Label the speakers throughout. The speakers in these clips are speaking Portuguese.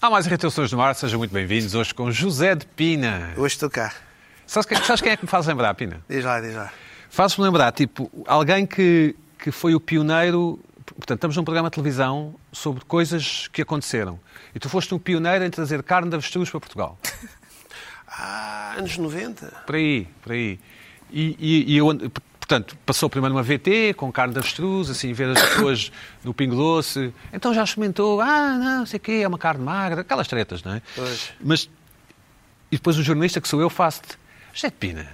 Speaker 1: Há mais retenções no ar, sejam muito bem-vindos hoje com José de Pina.
Speaker 2: Hoje estou cá.
Speaker 1: Sabes, que- sabes quem é que me faz lembrar, Pina?
Speaker 2: Diz lá, diz lá.
Speaker 1: Faz-me lembrar, tipo, alguém que, que foi o pioneiro. Portanto, estamos num programa de televisão sobre coisas que aconteceram. E tu foste um pioneiro em trazer carne de avestruz para Portugal.
Speaker 2: Ah, anos 90.
Speaker 1: Por aí, por aí. E, e- e eu, ando- portanto, passou primeiro uma VT com carne de avestruz, assim, ver as pessoas no Pingo Doce. Então já experimentou, ah, não, sei o quê, é uma carne magra, aquelas tretas, não é?
Speaker 2: Pois.
Speaker 1: Mas, e depois o jornalista que sou eu faço-te, José de Pina,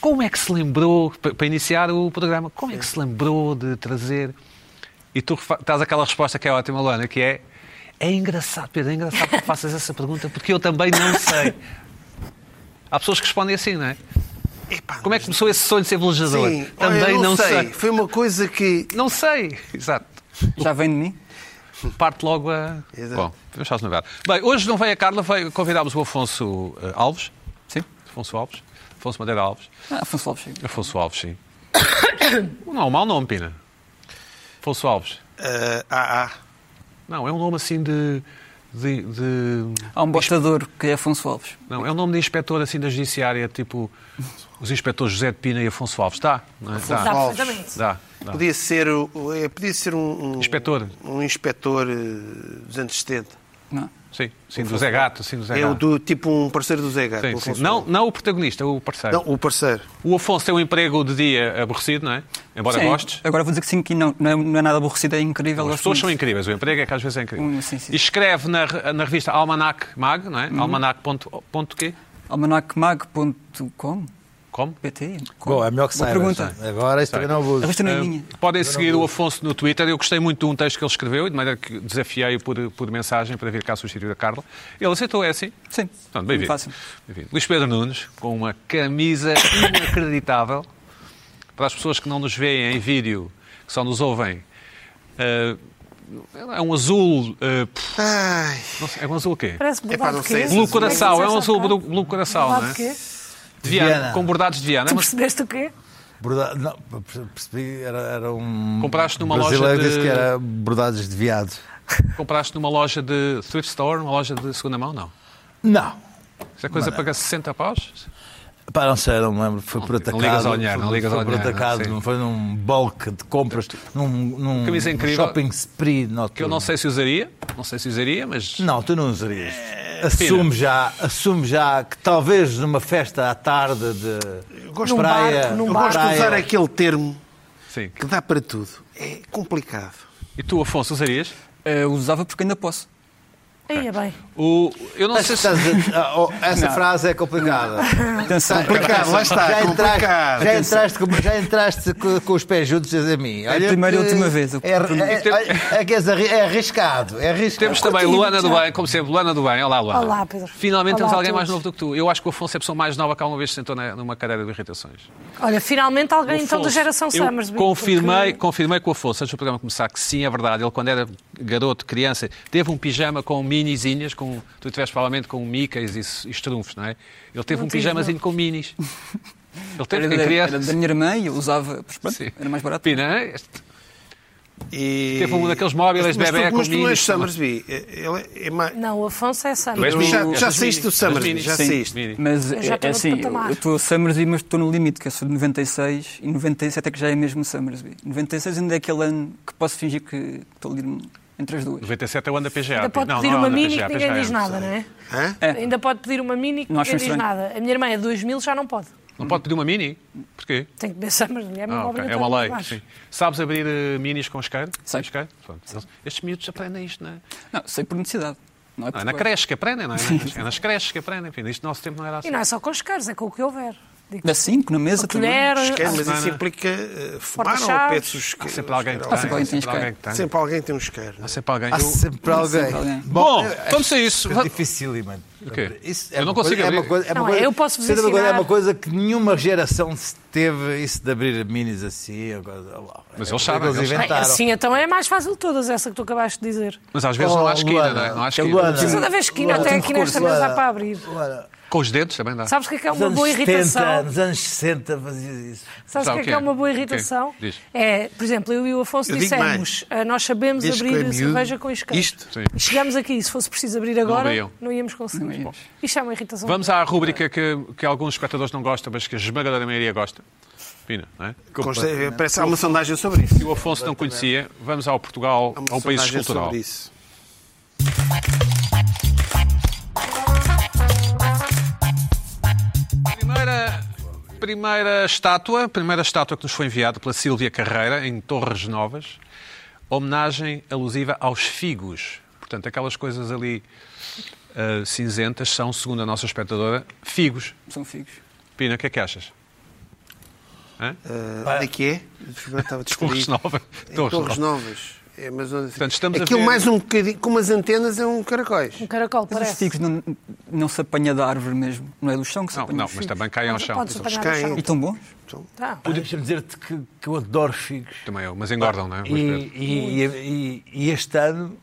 Speaker 1: como é que se lembrou, pa- para iniciar o programa, como é que se lembrou de trazer... E tu refa- dás aquela resposta que é ótima, Luana, que é, é engraçado, Pedro, é engraçado que faças essa pergunta, porque eu também não sei. Há pessoas que respondem assim, não é?
Speaker 2: Epá,
Speaker 1: Como é que começou esse sonho de ser velejador?
Speaker 2: Sim,
Speaker 1: Também
Speaker 2: olha,
Speaker 1: não, sei.
Speaker 2: Foi uma coisa que.
Speaker 1: Não sei. Exato.
Speaker 3: Já vem de mim?
Speaker 1: Parte logo a.
Speaker 2: Exato.
Speaker 1: Bom, vamos fazer lugar. Bem, hoje não veio a Carla, veio, convidámos o Afonso eh, Alves.
Speaker 3: Sim.
Speaker 1: Afonso Alves. Afonso Madeira Alves.
Speaker 3: Ah, Afonso Lopes chega.
Speaker 1: Afonso Alves, sim. não, é um mau nome, Pina. Afonso Alves.
Speaker 2: Ah, ah, ah.
Speaker 1: Não, é um nome assim de. de, de-
Speaker 3: Há um bostador que é Afonso Alves.
Speaker 1: não, é um nome de inspetor assim da judiciária, tipo os inspectores José de Pina e Afonso Alves. Dá? Não é?
Speaker 4: Dá
Speaker 1: Dá.
Speaker 4: perfeitamente.
Speaker 1: Dá. Dá.
Speaker 2: Podia ser, o- o- é, podia ser um, um.
Speaker 1: Inspetor.
Speaker 2: Um inspetor eh, dos anos 70.
Speaker 3: Não é?
Speaker 1: Sim, sim, do Zé Gato. Sim, do Zé
Speaker 2: É
Speaker 1: Gato.
Speaker 2: o do tipo um parceiro do Zé Gato.
Speaker 1: Sim,
Speaker 2: o
Speaker 1: sim.
Speaker 2: Afonso
Speaker 1: Não,
Speaker 2: Alves.
Speaker 1: não o protagonista, o parceiro.
Speaker 2: não, o parceiro.
Speaker 1: O Afonso tem um emprego de dia aborrecido, não é? Embora
Speaker 3: Sim,
Speaker 1: gostes.
Speaker 3: Agora vou dizer que sim, que não, não, é, não é nada aborrecido, é incrível.
Speaker 1: As
Speaker 3: gosto
Speaker 1: pessoas são
Speaker 3: muito.
Speaker 1: incríveis, o emprego é que às vezes é incrível.
Speaker 3: Hum, sim, Uhum. sim.
Speaker 1: E escreve na, re- na revista Almanac Mag, não é? Almanac ponto, ponto quê?
Speaker 3: Almanacmag.com?
Speaker 1: Como?
Speaker 3: PT? Com.
Speaker 5: Bom, é melhor que
Speaker 3: Boa
Speaker 5: saibas.
Speaker 3: pergunta.
Speaker 5: Agora isto também não
Speaker 3: A
Speaker 5: abuso.
Speaker 3: revista não é
Speaker 1: Ah,
Speaker 3: minha.
Speaker 1: podem seguir o Afonso no Twitter. Eu gostei muito de um texto que ele escreveu, e de maneira que desafiei-o por, por mensagem para vir cá substituir a Carla. Ele aceitou, é assim?
Speaker 3: Sim.
Speaker 1: Portanto, bem-vindo.
Speaker 3: Fácil.
Speaker 1: Bem-vindo. Luís Pedro Nunes, com uma camisa inacreditável. Para as pessoas que não nos veem em vídeo, que só nos ouvem, eh, é um azul. eh, pff,
Speaker 2: Ai,
Speaker 1: não sei, é um azul o quê?
Speaker 4: Parece
Speaker 2: Epá, não
Speaker 4: bordado de
Speaker 2: sei.
Speaker 4: quê?
Speaker 1: Blue coração, é um azul
Speaker 4: Bordado
Speaker 1: blue,
Speaker 4: de quê?
Speaker 1: blue coração,
Speaker 4: Bordado
Speaker 1: não é?
Speaker 4: de quê?
Speaker 1: De Viana,
Speaker 5: Viana.
Speaker 1: com bordados de Viana.
Speaker 4: Tu
Speaker 1: Mas
Speaker 4: percebeste o quê?
Speaker 5: Borda- Não, per- percebi, era, era um.
Speaker 1: Compraste numa
Speaker 5: brasileiro
Speaker 1: loja de-
Speaker 5: disse que era bordados de viado.
Speaker 1: compraste numa loja de thrift store, uma loja de segunda mão, não.
Speaker 5: Não.
Speaker 1: Isso é coisa para pagar 60 paus?
Speaker 5: Pá, não sei, não me lembro. Foi por
Speaker 1: Não
Speaker 5: atacado.
Speaker 1: ligas ao dinheiro,
Speaker 5: foi-
Speaker 1: não ligas
Speaker 5: foi
Speaker 1: ao
Speaker 5: por
Speaker 1: dinheiro,
Speaker 5: atacado,
Speaker 1: sim.
Speaker 5: não foi num bulk de compras, num, num
Speaker 1: Camisa incrível.
Speaker 5: shopping spree.
Speaker 1: Que eu não sei se usaria, não sei se usaria, mas.
Speaker 5: Não, tu não usarias.
Speaker 1: É,
Speaker 5: Assume já, assume já que talvez numa festa à tarde de
Speaker 2: gosto- um Num
Speaker 5: praia.
Speaker 2: eu gosto de usar aquele termo
Speaker 1: Sim.
Speaker 2: que dá para tudo. É complicado.
Speaker 1: E tu, Afonso, usarias?
Speaker 3: Ah, Eu usava porque ainda posso.
Speaker 4: Aí é bem.
Speaker 1: O... Eu não
Speaker 5: Mas
Speaker 1: sei se.
Speaker 5: estás a- ah, oh, Essa
Speaker 3: Não.
Speaker 5: frase é complicada.
Speaker 3: Atenção.
Speaker 2: Complicado, lá está,
Speaker 5: já
Speaker 2: complicado.
Speaker 5: entraste, já entraste, com, já entraste co- com os pés juntos a mim.
Speaker 3: É a primeira e última vez.
Speaker 5: É, é- é que és arri- é arriscado. É arriscado.
Speaker 1: Temos também
Speaker 4: Curtindo,
Speaker 1: Luana do
Speaker 4: já.
Speaker 1: Bem, como sempre, Luana do Bem. Olá, Luana.
Speaker 4: Olá, Pedro.
Speaker 1: Finalmente
Speaker 4: Olá
Speaker 1: temos
Speaker 4: a
Speaker 1: alguém mais
Speaker 4: todos.
Speaker 1: novo do que tu. Eu acho que o Afonso é a pessoa mais nova que alguma vez se sentou na- numa cadeira de irritações.
Speaker 4: Olha, finalmente alguém então da
Speaker 1: Afonso,
Speaker 4: geração
Speaker 1: eu
Speaker 4: Summersby.
Speaker 1: Confirmei,
Speaker 4: porque-
Speaker 1: confirmei com o Afonso, antes do programa começar, que sim, é verdade. Ele, quando era garoto, criança, teve um pijama com minizinhas, com, tu tiveste provavelmente com micas e, s- e estrunfos, não é? Ele teve
Speaker 4: Não
Speaker 1: um
Speaker 4: tive,
Speaker 1: pijamazinho com minis. Ele teve
Speaker 3: Era,
Speaker 1: que
Speaker 3: da-
Speaker 1: criança.
Speaker 3: era da minha irmã e eu usava. pois pronto,
Speaker 1: Então, Sim.
Speaker 3: Era mais barato.
Speaker 1: Pina, é? Este-
Speaker 2: E...
Speaker 1: Teve um daqueles móveis
Speaker 2: Mas tu-
Speaker 1: bebé com
Speaker 2: Mas tu não és
Speaker 1: minis.
Speaker 2: Summersby. Ele é mais...
Speaker 4: Não, o Afonso é
Speaker 1: és
Speaker 4: Summersby.
Speaker 1: mi-
Speaker 2: já-
Speaker 1: és
Speaker 2: já
Speaker 1: dos
Speaker 2: saíste do
Speaker 1: minis,
Speaker 2: Summersby,
Speaker 1: dos minis.
Speaker 2: já
Speaker 1: Sim,
Speaker 2: saíste.
Speaker 1: mini.
Speaker 3: Mas
Speaker 4: Eu já
Speaker 3: é,
Speaker 4: estou
Speaker 3: é
Speaker 4: no
Speaker 3: assim, eu
Speaker 4: patamar.
Speaker 3: eu estou a Summersby, mas estou no limite, que eu sou de 96 e 97 é que já é mesmo Summersby. 96 ainda é aquele ano que posso fingir que estou ali entre as duas.
Speaker 1: 97 é o ano da PGA.
Speaker 4: Ainda pode
Speaker 1: Não,
Speaker 4: pedir
Speaker 1: não é o
Speaker 4: uma
Speaker 1: ano da
Speaker 4: mini
Speaker 1: PGA,
Speaker 4: que ninguém
Speaker 1: PGA,
Speaker 4: diz nada, não é?
Speaker 2: Hã?
Speaker 3: É.
Speaker 4: Ainda pode pedir uma mini que
Speaker 3: Não
Speaker 4: ninguém
Speaker 3: achas
Speaker 4: diz
Speaker 3: estranho?
Speaker 4: nada. A minha irmã é 2000, já não pode.
Speaker 1: Não pode pedir uma mini? Porquê?
Speaker 4: Tem que beber Summersby. É, mesmo
Speaker 1: Ah, ok. É
Speaker 4: obrigatório,
Speaker 1: uma
Speaker 4: eu
Speaker 1: lei.
Speaker 4: acho.
Speaker 1: Sim. Sabes abrir eh, minis com isqueiro?
Speaker 3: Sei.
Speaker 1: Isqueiro? Pronto. Eles- Estes miúdos aprendem isto, não é?
Speaker 3: Não, sei por necessidade. Não é
Speaker 1: Não,
Speaker 3: por
Speaker 1: é na
Speaker 3: gosto.
Speaker 1: creche que aprendem, não é? É nas creches que aprendem. Enfim, isto no nosso tempo não era assim.
Speaker 4: E não é só com os caros, é com o que houver. Digo,
Speaker 3: Dá 5 na mesa
Speaker 4: a
Speaker 3: também.
Speaker 4: colher,
Speaker 2: Quer, mas
Speaker 4: a-
Speaker 2: isso
Speaker 1: semana.
Speaker 2: implica eh, fumar ou
Speaker 4: Porta-chaves.
Speaker 2: peços
Speaker 1: Há sempre alguém que
Speaker 3: Há sempre
Speaker 1: tem.
Speaker 3: alguém
Speaker 1: Há
Speaker 3: que tem
Speaker 1: sempre alguém que tem.
Speaker 2: Sempre alguém tem um isqueiro.
Speaker 1: Há sempre alguém.
Speaker 5: Há
Speaker 1: Eu-
Speaker 5: sempre alguém.
Speaker 3: alguém.
Speaker 1: Bom, então,
Speaker 5: eu acho
Speaker 1: vamos a isso.
Speaker 5: que É difícil, mano.
Speaker 1: O quê?
Speaker 5: Isso
Speaker 1: Eu não
Speaker 5: uma
Speaker 1: consigo
Speaker 5: coisa, É
Speaker 1: abrir.
Speaker 5: uma coisa, é uma
Speaker 4: Não,
Speaker 5: coisa,
Speaker 4: eu posso vos
Speaker 5: ser uma coisa- É
Speaker 4: ensinar.
Speaker 5: uma coisa que nenhuma geração se teve isso de abrir minis assim. ou coisa-
Speaker 1: Mas
Speaker 5: é
Speaker 1: eles
Speaker 5: uma coisa
Speaker 1: sabem,
Speaker 5: que
Speaker 1: eles sabem.
Speaker 5: Eles
Speaker 4: Bem,
Speaker 5: inventaram.
Speaker 4: assim então é mais fácil de todas, essa que tu acabaste de dizer.
Speaker 1: Mas às vezes não há
Speaker 5: Oh,
Speaker 1: esquina,
Speaker 5: Luana,
Speaker 1: não é? Não há
Speaker 5: que
Speaker 1: esquina.
Speaker 5: Luana-
Speaker 4: Cada vez que esquina, até
Speaker 5: Luana,
Speaker 4: aqui nesta
Speaker 5: Luana,
Speaker 4: mesa dá para abrir.
Speaker 5: Luana,
Speaker 1: com os dedos também dá.
Speaker 4: Sabes o que é, que é
Speaker 5: Nos
Speaker 4: uma
Speaker 5: anos
Speaker 4: boa
Speaker 5: 70,
Speaker 4: irritação?
Speaker 5: nos anos 60 fazias isso.
Speaker 4: Sabes o que é, que é uma boa irritação?
Speaker 1: Ok, diz.
Speaker 4: É, por exemplo, eu e o Afonso
Speaker 2: Eu digo
Speaker 4: dissemos, ah, nós sabemos
Speaker 2: Desde que
Speaker 4: abrir
Speaker 2: eu é miúdo,
Speaker 4: cerveja com isqueiro.
Speaker 2: Isto?
Speaker 1: Sim.
Speaker 4: Chegámos aqui, se fosse preciso abrir agora,
Speaker 1: abriam.
Speaker 4: não, íamos conseguir.
Speaker 3: Não íamos.
Speaker 4: Isto é uma irritação.
Speaker 1: Vamos à rúbrica que, que alguns espectadores não gostam, mas que a esmagadora maioria gosta. Pina, não é?
Speaker 2: Consta- eh, Parece que
Speaker 1: um
Speaker 2: há uma sondagem sobre isso.
Speaker 1: Se o Afonso não conhecia, vamos ao Portugal,
Speaker 2: Há uma
Speaker 1: a um país
Speaker 2: sondagem
Speaker 1: escultural.
Speaker 2: sobre isso.
Speaker 1: Primeira, primeira estátua, primeira estátua que nos foi enviada pela Sílvia Carreira em Torres Novas, homenagem alusiva aos figos. Portanto, aquelas coisas ali ah, cinzentas são, segundo a nossa espectadora, figos.
Speaker 3: São figos.
Speaker 1: Pina, o que é que achas? Hã?
Speaker 5: Eh,
Speaker 2: Ah, Onde é que é? Eu
Speaker 1: Torres
Speaker 2: Estava distraído.
Speaker 1: Novas.
Speaker 2: Em
Speaker 1: Torres Novas.
Speaker 2: Torres Novas. É, mas onde...
Speaker 1: Portanto, estamos a
Speaker 2: Aquilo
Speaker 1: ver-
Speaker 2: mais um bocadinho, com umas antenas é um caracóis.
Speaker 4: Um caracol,
Speaker 3: Mas os
Speaker 4: parece.
Speaker 3: figos não, não se apanha da árvore mesmo. Não é do chão que se
Speaker 1: Não,
Speaker 3: apanha
Speaker 1: não,
Speaker 3: os
Speaker 1: mas
Speaker 3: figos.
Speaker 1: também caem ao chão.
Speaker 4: Podes apanhar
Speaker 2: Escaem.
Speaker 4: no
Speaker 3: E
Speaker 4: chão.
Speaker 3: tão bons?
Speaker 4: Tá.
Speaker 5: Ah, Deixa-me dizer-te que, que eu adoro figos.
Speaker 1: Também eu, mas engordam, não é?
Speaker 5: E, e, e- e este ano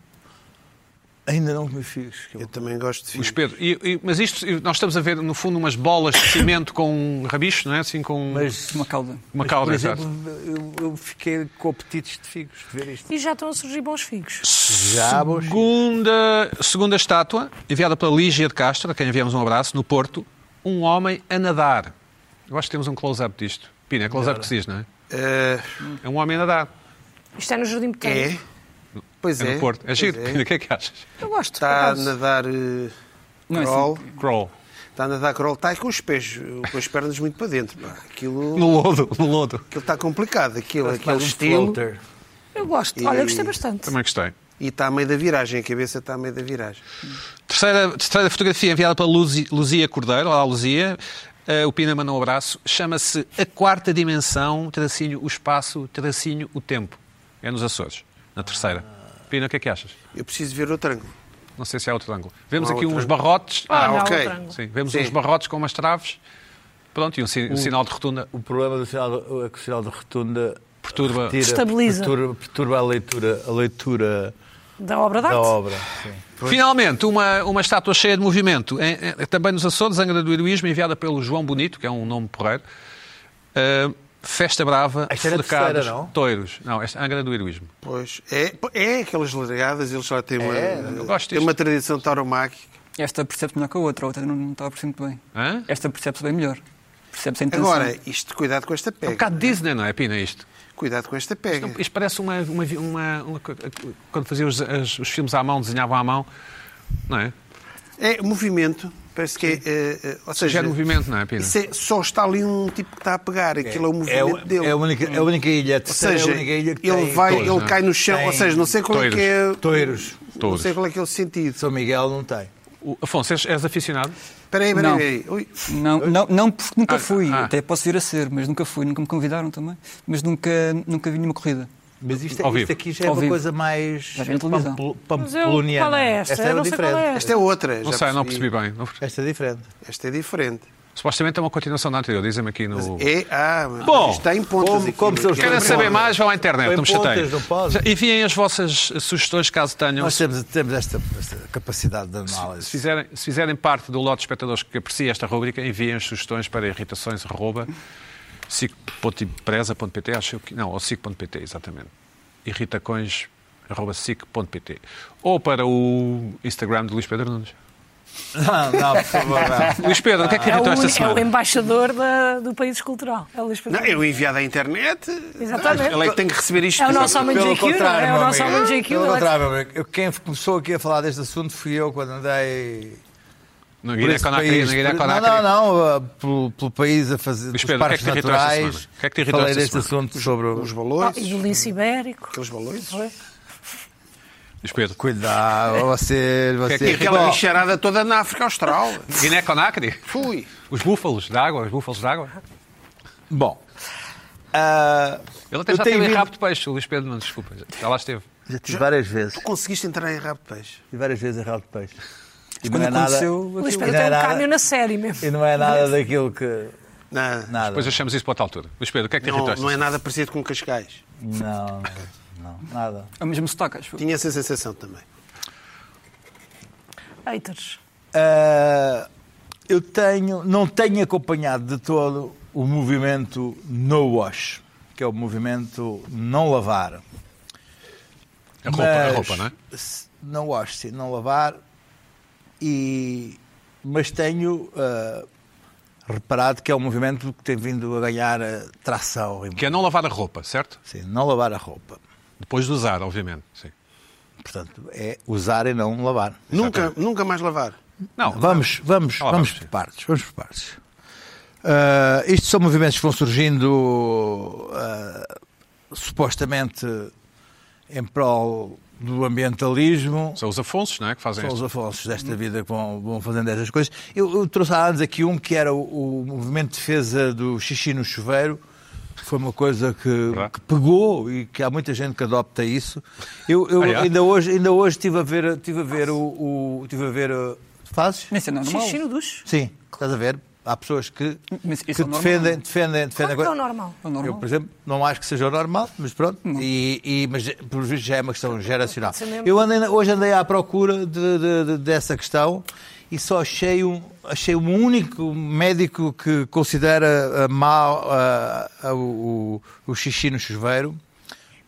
Speaker 5: ainda não comi figos. que eu-
Speaker 2: Eu também gosto de
Speaker 1: Os
Speaker 2: filmes.
Speaker 1: Pedro, e- e- mas isto, e nós estamos a ver, no fundo, umas bolas de cimento com um rabicho, não é? Assim, com
Speaker 5: Mas,
Speaker 3: Uma cauda.
Speaker 1: uma
Speaker 5: mas,
Speaker 1: cauda,
Speaker 5: por
Speaker 1: exato.
Speaker 5: exemplo, eu, eu fiquei com apetites de figos de ver isto.
Speaker 4: E já estão a surgir bons figos.
Speaker 5: Já, bons figos.
Speaker 1: Segunda, segunda estátua, enviada pela Lígia de Castro, a quem enviamos um abraço, no Porto, um homem a nadar. Eu acho que temos um close-up disto. Pina, é close-up que se diz, não é?
Speaker 2: Ah,
Speaker 1: É um homem a nadar.
Speaker 4: Isto é no Jardim
Speaker 2: é?
Speaker 4: Botânico.
Speaker 2: Pois
Speaker 1: É
Speaker 2: é.
Speaker 1: no Porto. É
Speaker 2: pois
Speaker 1: giro,
Speaker 2: é.
Speaker 1: Pina, o que é que achas?
Speaker 4: Eu gosto.
Speaker 2: Está a
Speaker 4: por acaso.
Speaker 2: nadar eh,
Speaker 3: Não é
Speaker 2: crawl.
Speaker 1: Crawl.
Speaker 2: Está a nadar crawl. Está aí com os pés, com as pernas muito para dentro. pá. Aquilo,
Speaker 1: No lodo, no lodo.
Speaker 2: aquilo está complicado. Aquilo, aquele
Speaker 5: Faz um
Speaker 2: estilo.
Speaker 5: floater.
Speaker 4: Eu gosto. Olha, eu gostei
Speaker 2: E-
Speaker 4: bastante.
Speaker 1: Também gostei.
Speaker 2: E está a meio da viragem. A cabeça está a meio da viragem.
Speaker 1: Terceira, terceira fotografia enviada pela Luzi- Luzia Cordeiro. Olá, Luzia. Eh, o Pina mandou um abraço. Chama-se A Quarta Dimensão, tracinho o espaço, tracinho o tempo. É nos Açores, na terceira. Pina, o que é que achas?
Speaker 2: Eu preciso ver outro ângulo.
Speaker 1: Não sei se há outro ângulo. Vemos
Speaker 2: Não há
Speaker 1: aqui
Speaker 2: outro
Speaker 1: uns
Speaker 2: ângulo.
Speaker 1: barrotes.
Speaker 4: Ah,
Speaker 2: Ah,
Speaker 4: não,
Speaker 2: ok.
Speaker 4: outro ângulo.
Speaker 1: Sim, vemos
Speaker 2: Sim.
Speaker 1: uns barrotes com umas traves. Pronto, e um, si- um sinal de rotunda.
Speaker 5: O problema do sinal, é que o sinal de rotunda
Speaker 1: Perturba.
Speaker 5: retira-
Speaker 4: Estabiliza.
Speaker 5: Perturba, perturba a leitura, a leitura
Speaker 4: Da obra de
Speaker 5: da
Speaker 4: arte.
Speaker 5: obra. sim.
Speaker 1: Finalmente, uma, uma estátua cheia de movimento. Em- em- também nos Açores, Angra do Heroísmo, enviada pelo João Bonito, que é um nome porreiro. Ah, Festa Brava,
Speaker 5: Esta era a
Speaker 1: Forcados,
Speaker 5: terceira, não?
Speaker 1: Toiros. Não, esta Angra do Heroísmo.
Speaker 2: Pois. É, é aquelas largadas. Eles lá têm uma,
Speaker 1: eu gosto
Speaker 2: têm
Speaker 1: disto.
Speaker 2: uma tradição tauromáquica.
Speaker 3: Esta percebe-se melhor que a outra, a outra não, não está a perceber muito bem.
Speaker 1: Hã?
Speaker 3: Esta percebe-se bem melhor. Percebe-se a intenção.
Speaker 2: Agora, isto, cuidado com esta
Speaker 1: É um
Speaker 2: pega.
Speaker 1: bocado Disney, não é, Pina, isto?
Speaker 2: Cuidado com esta pega.
Speaker 1: Isto parece uma... uma, uma- uma co- quando faziam os, as- os filmes à mão, desenhavam à mão, não é?
Speaker 2: É movimento. Parece que é. eh, eh, ou seja,
Speaker 1: Gera movimento, não é, Pina?
Speaker 2: isso é- só está ali um tipo que está a pegar. Aquilo é, o
Speaker 5: É,
Speaker 2: movimento
Speaker 5: o-
Speaker 2: dele.
Speaker 5: é a única, é a única ilha. a
Speaker 2: Ou
Speaker 5: terceira é
Speaker 2: seja,
Speaker 5: a única ilha que
Speaker 2: ele
Speaker 5: tem
Speaker 2: vai,
Speaker 1: touros,
Speaker 2: ele
Speaker 1: não é?
Speaker 2: cai no chão,
Speaker 5: Tem
Speaker 2: ou seja, não sei qual é que é.
Speaker 5: Toiros.
Speaker 2: Não sei qual é que é o sentido.
Speaker 5: São Miguel não tem.
Speaker 1: O- Afonso, és, és aficionado?
Speaker 2: Espera aí, espera aí,
Speaker 3: Não.
Speaker 2: espera aí. Ui,
Speaker 3: Não, não, não porque nunca
Speaker 1: Ah,
Speaker 3: fui.
Speaker 1: ah.
Speaker 3: Até posso vir a ser, mas nunca fui. Nunca me convidaram também. Mas nunca, nunca vi nenhuma corrida.
Speaker 5: Mas isto,
Speaker 1: Ao
Speaker 5: isto
Speaker 1: vivo.
Speaker 5: aqui já é
Speaker 3: Ao
Speaker 5: uma
Speaker 3: vivo.
Speaker 5: coisa mais
Speaker 3: Já vi na televisão.
Speaker 5: pampel-
Speaker 4: Mas eu-
Speaker 5: pamploniana.
Speaker 4: qual é esta? Eu
Speaker 5: é
Speaker 4: não sei qual
Speaker 5: diferente.
Speaker 4: é.
Speaker 2: Esta é outra.
Speaker 1: Não
Speaker 2: já
Speaker 1: sei, não percebi bem. Não percebi.
Speaker 5: Esta é diferente.
Speaker 2: Esta é diferente.
Speaker 1: Supostamente é uma continuação da anterior, dizem-me aqui
Speaker 2: Mas
Speaker 1: no...
Speaker 2: é. Ah, mas
Speaker 1: Oh. Bom,
Speaker 2: isto está em pontas.
Speaker 5: como-
Speaker 2: aqui.
Speaker 5: como se eles
Speaker 1: Querem
Speaker 5: Põe
Speaker 1: saber
Speaker 5: pontas.
Speaker 1: mais? Vão à internet,
Speaker 5: Põe
Speaker 1: não me chateiam.
Speaker 5: pontas, não pode.
Speaker 1: Enviem as vossas eh, sugestões, caso tenham.
Speaker 5: Nós
Speaker 1: Se
Speaker 5: temos, temos esta, esta capacidade de análise.
Speaker 1: fizerem, se fizerem parte do lote de espectadores que aprecia esta rubrica, enviem as sugestões para irritações.sic.presa.pt, acho que. Não, ou sic.pt, exatamente. irritacões.sic.pt. Ou para o Instagram de Luís Pedro Nunes.
Speaker 5: Não, não, por favor, não.
Speaker 1: Luís Pedro, o que é que
Speaker 4: É
Speaker 1: irritou esta
Speaker 4: o, é o
Speaker 1: semana?
Speaker 4: embaixador da- do país cultural. É o Luís Pedro.
Speaker 2: Não, eu enviado à internet.
Speaker 4: Exatamente.
Speaker 2: Ele é que tem que receber isto.
Speaker 4: É o nosso homem de
Speaker 5: Pelo
Speaker 4: GQ, não
Speaker 5: contrário,
Speaker 4: é? É o
Speaker 5: meu
Speaker 4: nosso
Speaker 5: amigo.
Speaker 4: homem de GQ.
Speaker 5: Pelo
Speaker 4: ele é-
Speaker 5: contrário, meu amigo. Eu- Quem começou aqui a falar deste assunto fui eu quando andei
Speaker 1: No
Speaker 5: por esse
Speaker 1: Guiné-Conakry,
Speaker 5: país.
Speaker 1: no
Speaker 5: Por- Não,
Speaker 1: Guiné-Conakry.
Speaker 5: não, não. uh, Pelo, pelo país a fazer
Speaker 1: Luís
Speaker 5: os
Speaker 1: Pedro, o que é que
Speaker 5: parques
Speaker 1: te irritou esta
Speaker 5: naturais.
Speaker 1: semana? O que é que te irritou
Speaker 5: Falei
Speaker 1: esta
Speaker 5: deste assunto sobre
Speaker 2: Os
Speaker 5: os...
Speaker 4: Ah,
Speaker 2: balões.
Speaker 4: e do lince ibérico.
Speaker 2: hum, Aqueles balões.
Speaker 4: Foi.
Speaker 1: Luís Pedro.
Speaker 5: Cuidado, você...
Speaker 1: que é
Speaker 5: você...
Speaker 1: que
Speaker 2: Aquela
Speaker 5: Bom,
Speaker 2: bicharada toda na África Austral.
Speaker 1: Guiné-Conakry?
Speaker 2: Fui.
Speaker 1: Os búfalos de água, os búfalos de água.
Speaker 5: Bom. Ah,
Speaker 1: Ele até
Speaker 5: eu
Speaker 1: já
Speaker 5: tenho
Speaker 1: teve em
Speaker 5: vindo-
Speaker 1: rabo de peixe, o Luís Pedro Nunes, desculpa. Já lá esteve.
Speaker 5: Já tive várias vezes.
Speaker 2: Conseguiste entrar em rabo de peixe.
Speaker 5: E várias vezes errado de peixe. E
Speaker 3: Quando
Speaker 5: não é nada,
Speaker 3: aconteceu,
Speaker 4: O Luís
Speaker 3: aquilo-
Speaker 5: E
Speaker 4: Pedro
Speaker 5: não
Speaker 4: tem
Speaker 5: é
Speaker 4: um
Speaker 5: nada-
Speaker 4: caminho na série mesmo.
Speaker 5: e não é nada daquilo que.
Speaker 2: Não,
Speaker 5: Nada.
Speaker 1: Depois achamos isso para outra altura. Luís Pedro, o que é que te irritou
Speaker 2: não,
Speaker 1: esta
Speaker 2: não é nada parecido com Cascais.
Speaker 5: Não, não, nada.
Speaker 3: É o mesmo sotaque, acho. eu.
Speaker 2: Tinha essa sensação também.
Speaker 4: Haters.
Speaker 5: Ah, eu tenho, não tenho acompanhado de todo o movimento no wash, que é o movimento não lavar.
Speaker 1: A roupa, a roupa, não é?
Speaker 5: se- Não wash, sim, não lavar. E, mas tenho ah, reparado que é um movimento que tem vindo a ganhar ah, tração.
Speaker 1: Que é não lavar a roupa, certo?
Speaker 5: Sim, não lavar a roupa.
Speaker 1: Depois de usar, obviamente. Sim.
Speaker 5: Portanto, é usar e não lavar.
Speaker 2: Nunca, nunca mais lavar.
Speaker 1: Não,
Speaker 5: vamos, vamos,
Speaker 1: Ah, lá
Speaker 5: vamos
Speaker 1: vamos,
Speaker 5: por
Speaker 1: sim.
Speaker 5: partes, vamos por partes. Ah, estes são movimentos que vão surgindo ah, supostamente em prol do ambientalismo.
Speaker 1: São os Afonsos, não é? Que fazem
Speaker 5: São os
Speaker 1: isto.
Speaker 5: Afonsos desta vida que vão, vão fazendo estas coisas. Eu, eu trouxe há anos aqui um que era o, o movimento de defesa do xixi no chuveiro. que Foi uma coisa que,
Speaker 1: Verdade.
Speaker 5: que pegou e que há muita gente que adopta isso. Eu, eu
Speaker 1: Ah, é?
Speaker 5: ainda hoje ainda hoje estive a ver tive a ver o, o tive a ver uh, fazes?
Speaker 3: Mas isso é normal.
Speaker 4: Xixi no ducho.
Speaker 5: Sim, estás a ver? Há pessoas que,
Speaker 3: Mas isso
Speaker 5: que
Speaker 3: é normal.
Speaker 5: defendem, defendem,
Speaker 4: Claro
Speaker 5: defendem
Speaker 4: que
Speaker 5: a
Speaker 4: é
Speaker 5: coisa.
Speaker 4: o normal.
Speaker 3: É normal.
Speaker 5: Eu, por exemplo, não acho que seja o normal, mas pronto. E, e- mas, pelo visto, já é uma questão geracional.
Speaker 4: ser mesmo.
Speaker 5: Eu andei na- hoje andei à procura de- de- de- dessa questão e só achei um, achei um único médico que considera ah, mal ah, ah, o, o- o xixi no chuveiro,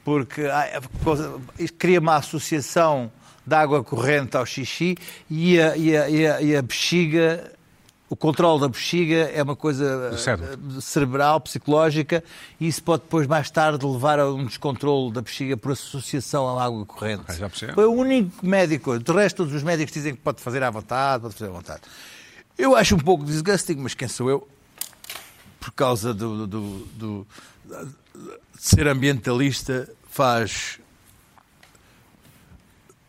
Speaker 5: porque ah, coisa- isto cria uma associação de água corrente ao xixi e a, e a- e a- e a bexiga. O controle da bexiga é uma coisa eh,
Speaker 1: Do cérebro.
Speaker 5: cerebral, psicológica, e isso pode depois, mais tarde, levar a um descontrole da bexiga por associação à água corrente.
Speaker 1: Ok, já percebo.
Speaker 5: Foi o único médico. De resto, todos os médicos dizem que pode fazer à vontade, pode fazer à vontade. Eu acho um pouco disgusting, mas quem sou eu? Por causa do, do- do- do- de ser ambientalista, faz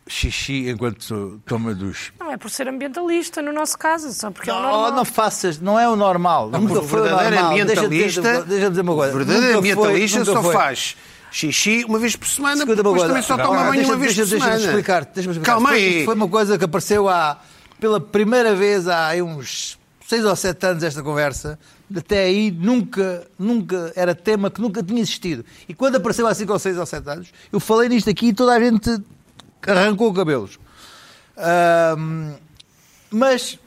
Speaker 5: xixi enquanto toma duche.
Speaker 4: Não é por ser ambientalista, no nosso caso, só porque é o
Speaker 5: Não,
Speaker 4: normal.
Speaker 5: não faças, não é o normal. nunca
Speaker 2: o
Speaker 5: foi o
Speaker 2: verdadeiro
Speaker 5: normal.
Speaker 2: ambientalista,
Speaker 5: Deixa-me dizer, deixa-me dizer uma coisa.
Speaker 2: o verdadeiro
Speaker 5: Nunca foi-
Speaker 2: ambientalista
Speaker 5: nunca
Speaker 2: só
Speaker 5: foi.
Speaker 2: faz xixi uma vez por semana,
Speaker 5: Escuta,
Speaker 2: porque depois também só
Speaker 5: agora,
Speaker 2: toma banho
Speaker 5: deixa-
Speaker 2: uma vez por
Speaker 5: deixa-
Speaker 2: semana.
Speaker 5: Deixa-me explicar, deixa explicar.
Speaker 2: Calma
Speaker 5: Isto foi-
Speaker 2: aí.
Speaker 5: isto Foi uma coisa que apareceu há, pela primeira vez há aí uns seis ou sete anos esta conversa. Até aí nunca, nunca era tema que nunca tinha existido. E quando apareceu há cinco ou seis ou sete anos, eu falei nisto aqui e toda a gente arrancou cabelos. Ahm, mas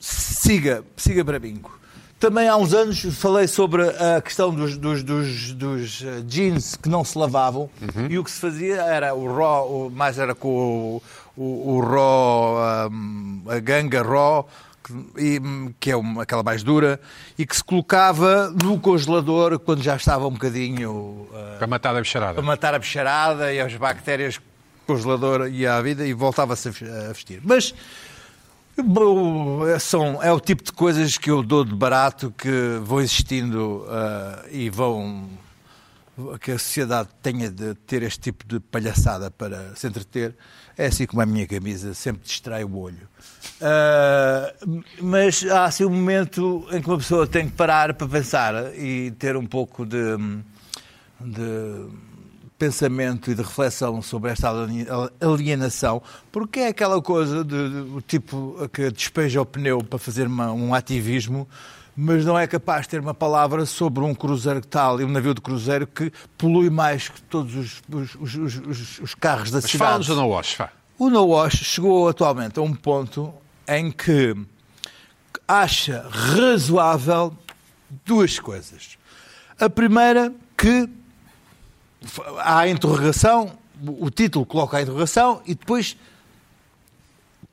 Speaker 5: siga, siga para bingo. Também há uns anos falei sobre a questão dos, dos- dos- dos, eh, jeans que não se lavavam e o que se fazia era o ró, o- mais era com o, o, o ró, hum, a ganga ró, que, e, hum, que é uma- aquela mais dura, e que se colocava no congelador quando já estava um bocadinho eh,
Speaker 1: Para matar a bicharada.
Speaker 5: para matar a bicharada e as bactérias congelador e à vida e voltava-se a fe- a vestir. Mas bom, é- são, é o tipo de coisas que eu dou de barato que vão existindo ah, e vão que a sociedade tenha de ter este tipo de palhaçada para se entreter. É assim como a minha camisa sempre distrai o olho. Ah, mas há assim um momento em que uma pessoa tem que parar para pensar e ter um pouco de, de pensamento e de reflexão sobre esta alien- alienação, porque é aquela coisa de, de- o tipo que despeja o pneu para fazer uma- um ativismo, mas não é capaz de ter uma palavra sobre um cruzeiro que tal e um navio de cruzeiro que polui mais que todos os, os- os- os- os- os carros da
Speaker 1: Mas
Speaker 5: cidade.
Speaker 1: fala-nos do Nawash, vá.
Speaker 5: O Nawash chegou atualmente a um ponto em que acha razoável duas coisas. A primeira, que f- há a interrogação, o o título coloca a interrogação e depois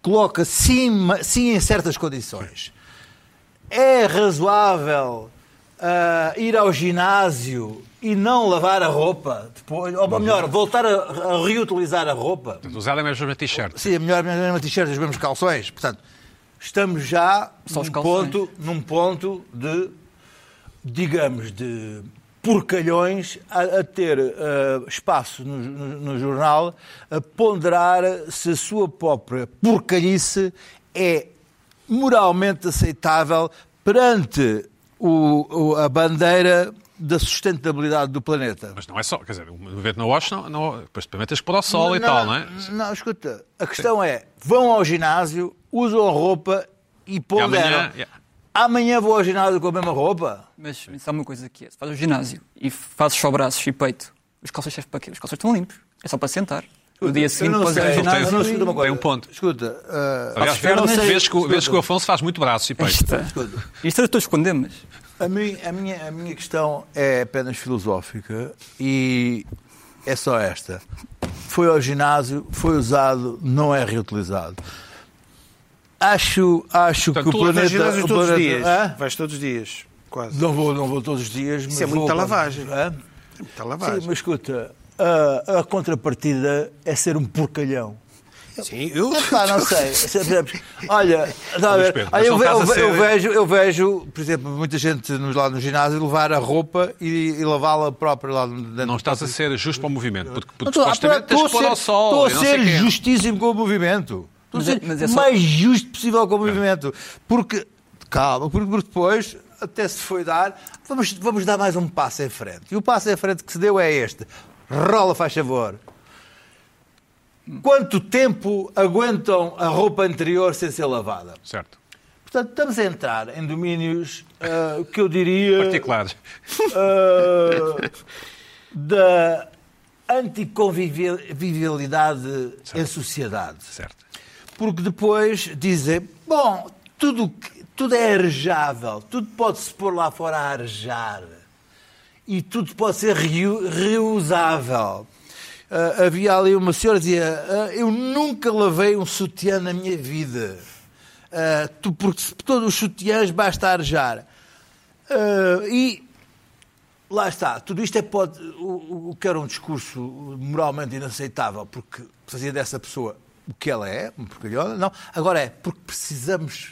Speaker 5: coloca sim, ma- sim em certas condições. É razoável ah, ir ao ginásio e não lavar a roupa depois, ou melhor, voltar a- a reutilizar a roupa?
Speaker 1: Usar a mesma t-shirt.
Speaker 5: Sim, a melhor a mesma t-shirt, os mesmos calções. Portanto, estamos já
Speaker 3: Só os
Speaker 5: num,
Speaker 3: calções.
Speaker 5: ponto, num ponto de, digamos, de porcalhões a, a ter eh, espaço no, no- no jornal a ponderar se a sua própria porcalhice é moralmente aceitável perante o- o- a bandeira da sustentabilidade do planeta.
Speaker 1: Mas não é só. Quer dizer, um evento Nawash, não, não, depois também tens que pôr ao sol e tal, não é?
Speaker 5: Não, escuta, a questão é, vão ao ginásio, usam a roupa e ponderam.
Speaker 1: amanhã-
Speaker 5: Amanhã,
Speaker 1: yeah.
Speaker 5: vou ao ginásio com a mesma roupa?
Speaker 3: Mas, mas há uma coisa que é: se fazes o ginásio e fazes só braços e peito, os calções servem para quê? Os calções estão limpos. É só para sentar. No dia seguinte,
Speaker 5: não
Speaker 3: pôs
Speaker 5: sei,
Speaker 3: a
Speaker 1: Ele tem-
Speaker 5: não, não, escuta uma coisa.
Speaker 1: tem um ponto.
Speaker 5: Escuta, ah,
Speaker 1: Aliás,
Speaker 3: Eu não
Speaker 1: vês
Speaker 3: sei-
Speaker 1: vês que, o- vês que o Afonso faz muito braço e peito.
Speaker 3: Isto, é. isto eu estou a esconder, mas.
Speaker 5: A mim- a minha, a, minha, questão é apenas filosófica e é só esta. Foi ao ginásio, foi usado, não é reutilizado. Acho, acho
Speaker 1: Portanto,
Speaker 5: que o
Speaker 1: tu levas
Speaker 5: planeta.
Speaker 2: Vais ginásios
Speaker 5: o
Speaker 2: todos os
Speaker 5: planeta-
Speaker 2: dias.
Speaker 5: Hã?
Speaker 2: Vais todos os dias, quase.
Speaker 5: Não vou, não vou todos os dias. mas
Speaker 2: é
Speaker 5: vou
Speaker 2: muita
Speaker 5: quando-
Speaker 2: lavagem.
Speaker 5: Hã?
Speaker 2: Está lavado.
Speaker 5: Sim, mas escuta, a, a contrapartida é ser um porcalhão.
Speaker 2: Sim, eu.
Speaker 5: Pá, não sei. Se- por exemplo, Olha, está a ver?
Speaker 1: Pedro, mas assim,
Speaker 5: Olha, eu,
Speaker 1: não
Speaker 5: ve-
Speaker 1: estás a
Speaker 5: eu ve- eu
Speaker 1: ser-
Speaker 5: vejo, eu vejo, por exemplo, muita gente no- lá no ginásio levar a roupa e, e lavá-la própria lá dentro.
Speaker 1: Não estás a ser justo para o movimento, porque, porque
Speaker 5: Estou a-
Speaker 1: supostamente tens
Speaker 5: estou a
Speaker 1: que pôr
Speaker 5: ser-
Speaker 1: ao sol.
Speaker 5: Estou a
Speaker 1: e não sei
Speaker 5: ser
Speaker 1: quê.
Speaker 5: justíssimo com o movimento. Estou a
Speaker 3: Mas é-
Speaker 5: ser
Speaker 3: mas é só-
Speaker 5: mais justo possível com o
Speaker 1: É.
Speaker 5: movimento. Porque, calma, porque porque depois, até se foi dar, vamos, vamos dar mais um passo em frente. E o passo em frente que se deu é este. Rola, faz favor. Quanto tempo aguentam a roupa anterior sem ser lavada?
Speaker 1: Certo.
Speaker 5: Portanto, estamos a entrar em domínios ah, que eu diria
Speaker 1: Particulares.
Speaker 5: ah, da anticonvivialidade em sociedade.
Speaker 1: Certo.
Speaker 5: Porque depois dizem, bom, tudo, que- tudo é arejável, tudo pode-se pôr lá fora a arejar e tudo pode ser reu- reusável. Ah, havia ali uma senhora que dizia, "Ah, eu nunca lavei um sutiã na minha vida, Ah, tu, porque se- todos os sutiãs basta arejar. Ah, e Lá está, tudo isto é pode, o, o- o que era um discurso moralmente inaceitável, porque fazia dessa pessoa o que ela é, um porcalhona, não. Agora é porque precisamos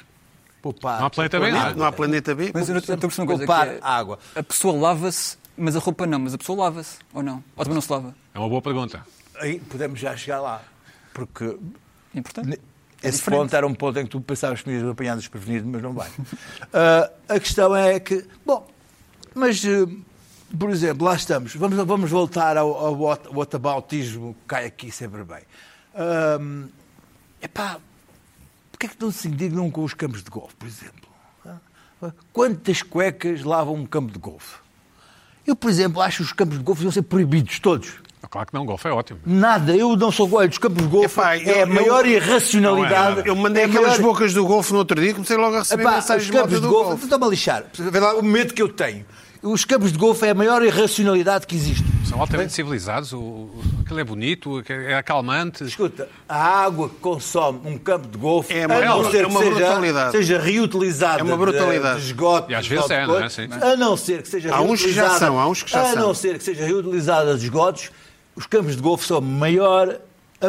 Speaker 5: poupar.
Speaker 1: Não há planeta B.
Speaker 2: Não há planeta B?
Speaker 3: Mas eu não eu estou a perceber uma coisa.
Speaker 5: Poupar
Speaker 3: que é-
Speaker 5: água.
Speaker 3: A pessoa lava-se, mas a roupa não. Mas a pessoa lava-se, ou não? Ou também não se lava?
Speaker 1: É uma boa pergunta.
Speaker 5: Aí podemos já chegar lá, porque
Speaker 3: É importante.
Speaker 5: esse
Speaker 3: diferente.
Speaker 5: ponto era um ponto em que tu pensavas que me ias apanhar desprevenido, mas não vai. Ah, a questão é que, bom, mas, eh, por exemplo, lá estamos, vamos, vamos voltar ao, ao what- whataboutismo que cai aqui sempre bem. Ahm, epá, porque é que não se indignam com os campos de golfe, por exemplo? Ah, Quantas cuecas lavam um campo de golfe? Eu, por exemplo, acho que os campos de golfe deviam ser proibidos todos.
Speaker 1: Claro que não, golfe é ótimo.
Speaker 5: Nada, eu não sou olho dos campos de golfe.
Speaker 2: Epá,
Speaker 5: é
Speaker 2: eu-
Speaker 5: a maior
Speaker 2: eu-
Speaker 5: irracionalidade.
Speaker 2: Eu mandei
Speaker 5: é a
Speaker 2: aquelas
Speaker 5: maior-
Speaker 2: bocas do golfe no outro dia, comecei logo a receber
Speaker 5: Epá, os
Speaker 2: mensagens de
Speaker 5: campos
Speaker 2: malta
Speaker 5: de
Speaker 2: do
Speaker 5: golfe,
Speaker 2: golfe.
Speaker 5: está-me a lixar. Vê lá o medo que eu tenho. Os campos de golfe é a maior irracionalidade que existe.
Speaker 1: São altamente civilizados, o, o, aquilo é bonito, o- é acalmante.
Speaker 5: Escuta, a água que consome um campo de golfe
Speaker 2: É
Speaker 5: a
Speaker 2: uma-
Speaker 5: não
Speaker 2: é
Speaker 5: ser
Speaker 2: uma
Speaker 5: que seja,
Speaker 2: brutalidade.
Speaker 5: seja reutilizada
Speaker 2: É uma brutalidade.
Speaker 5: De, de esgoto.
Speaker 1: E às
Speaker 5: de
Speaker 1: vezes
Speaker 5: esgoto
Speaker 1: é,
Speaker 5: de
Speaker 1: não é?
Speaker 5: coisa,
Speaker 1: Sim.
Speaker 5: A não ser que seja
Speaker 2: Há uns que já
Speaker 5: reutilizada-
Speaker 2: são, há uns que já
Speaker 5: A não
Speaker 2: são.
Speaker 5: ser que seja reutilizada de esgotos, os campos de golfe são a maior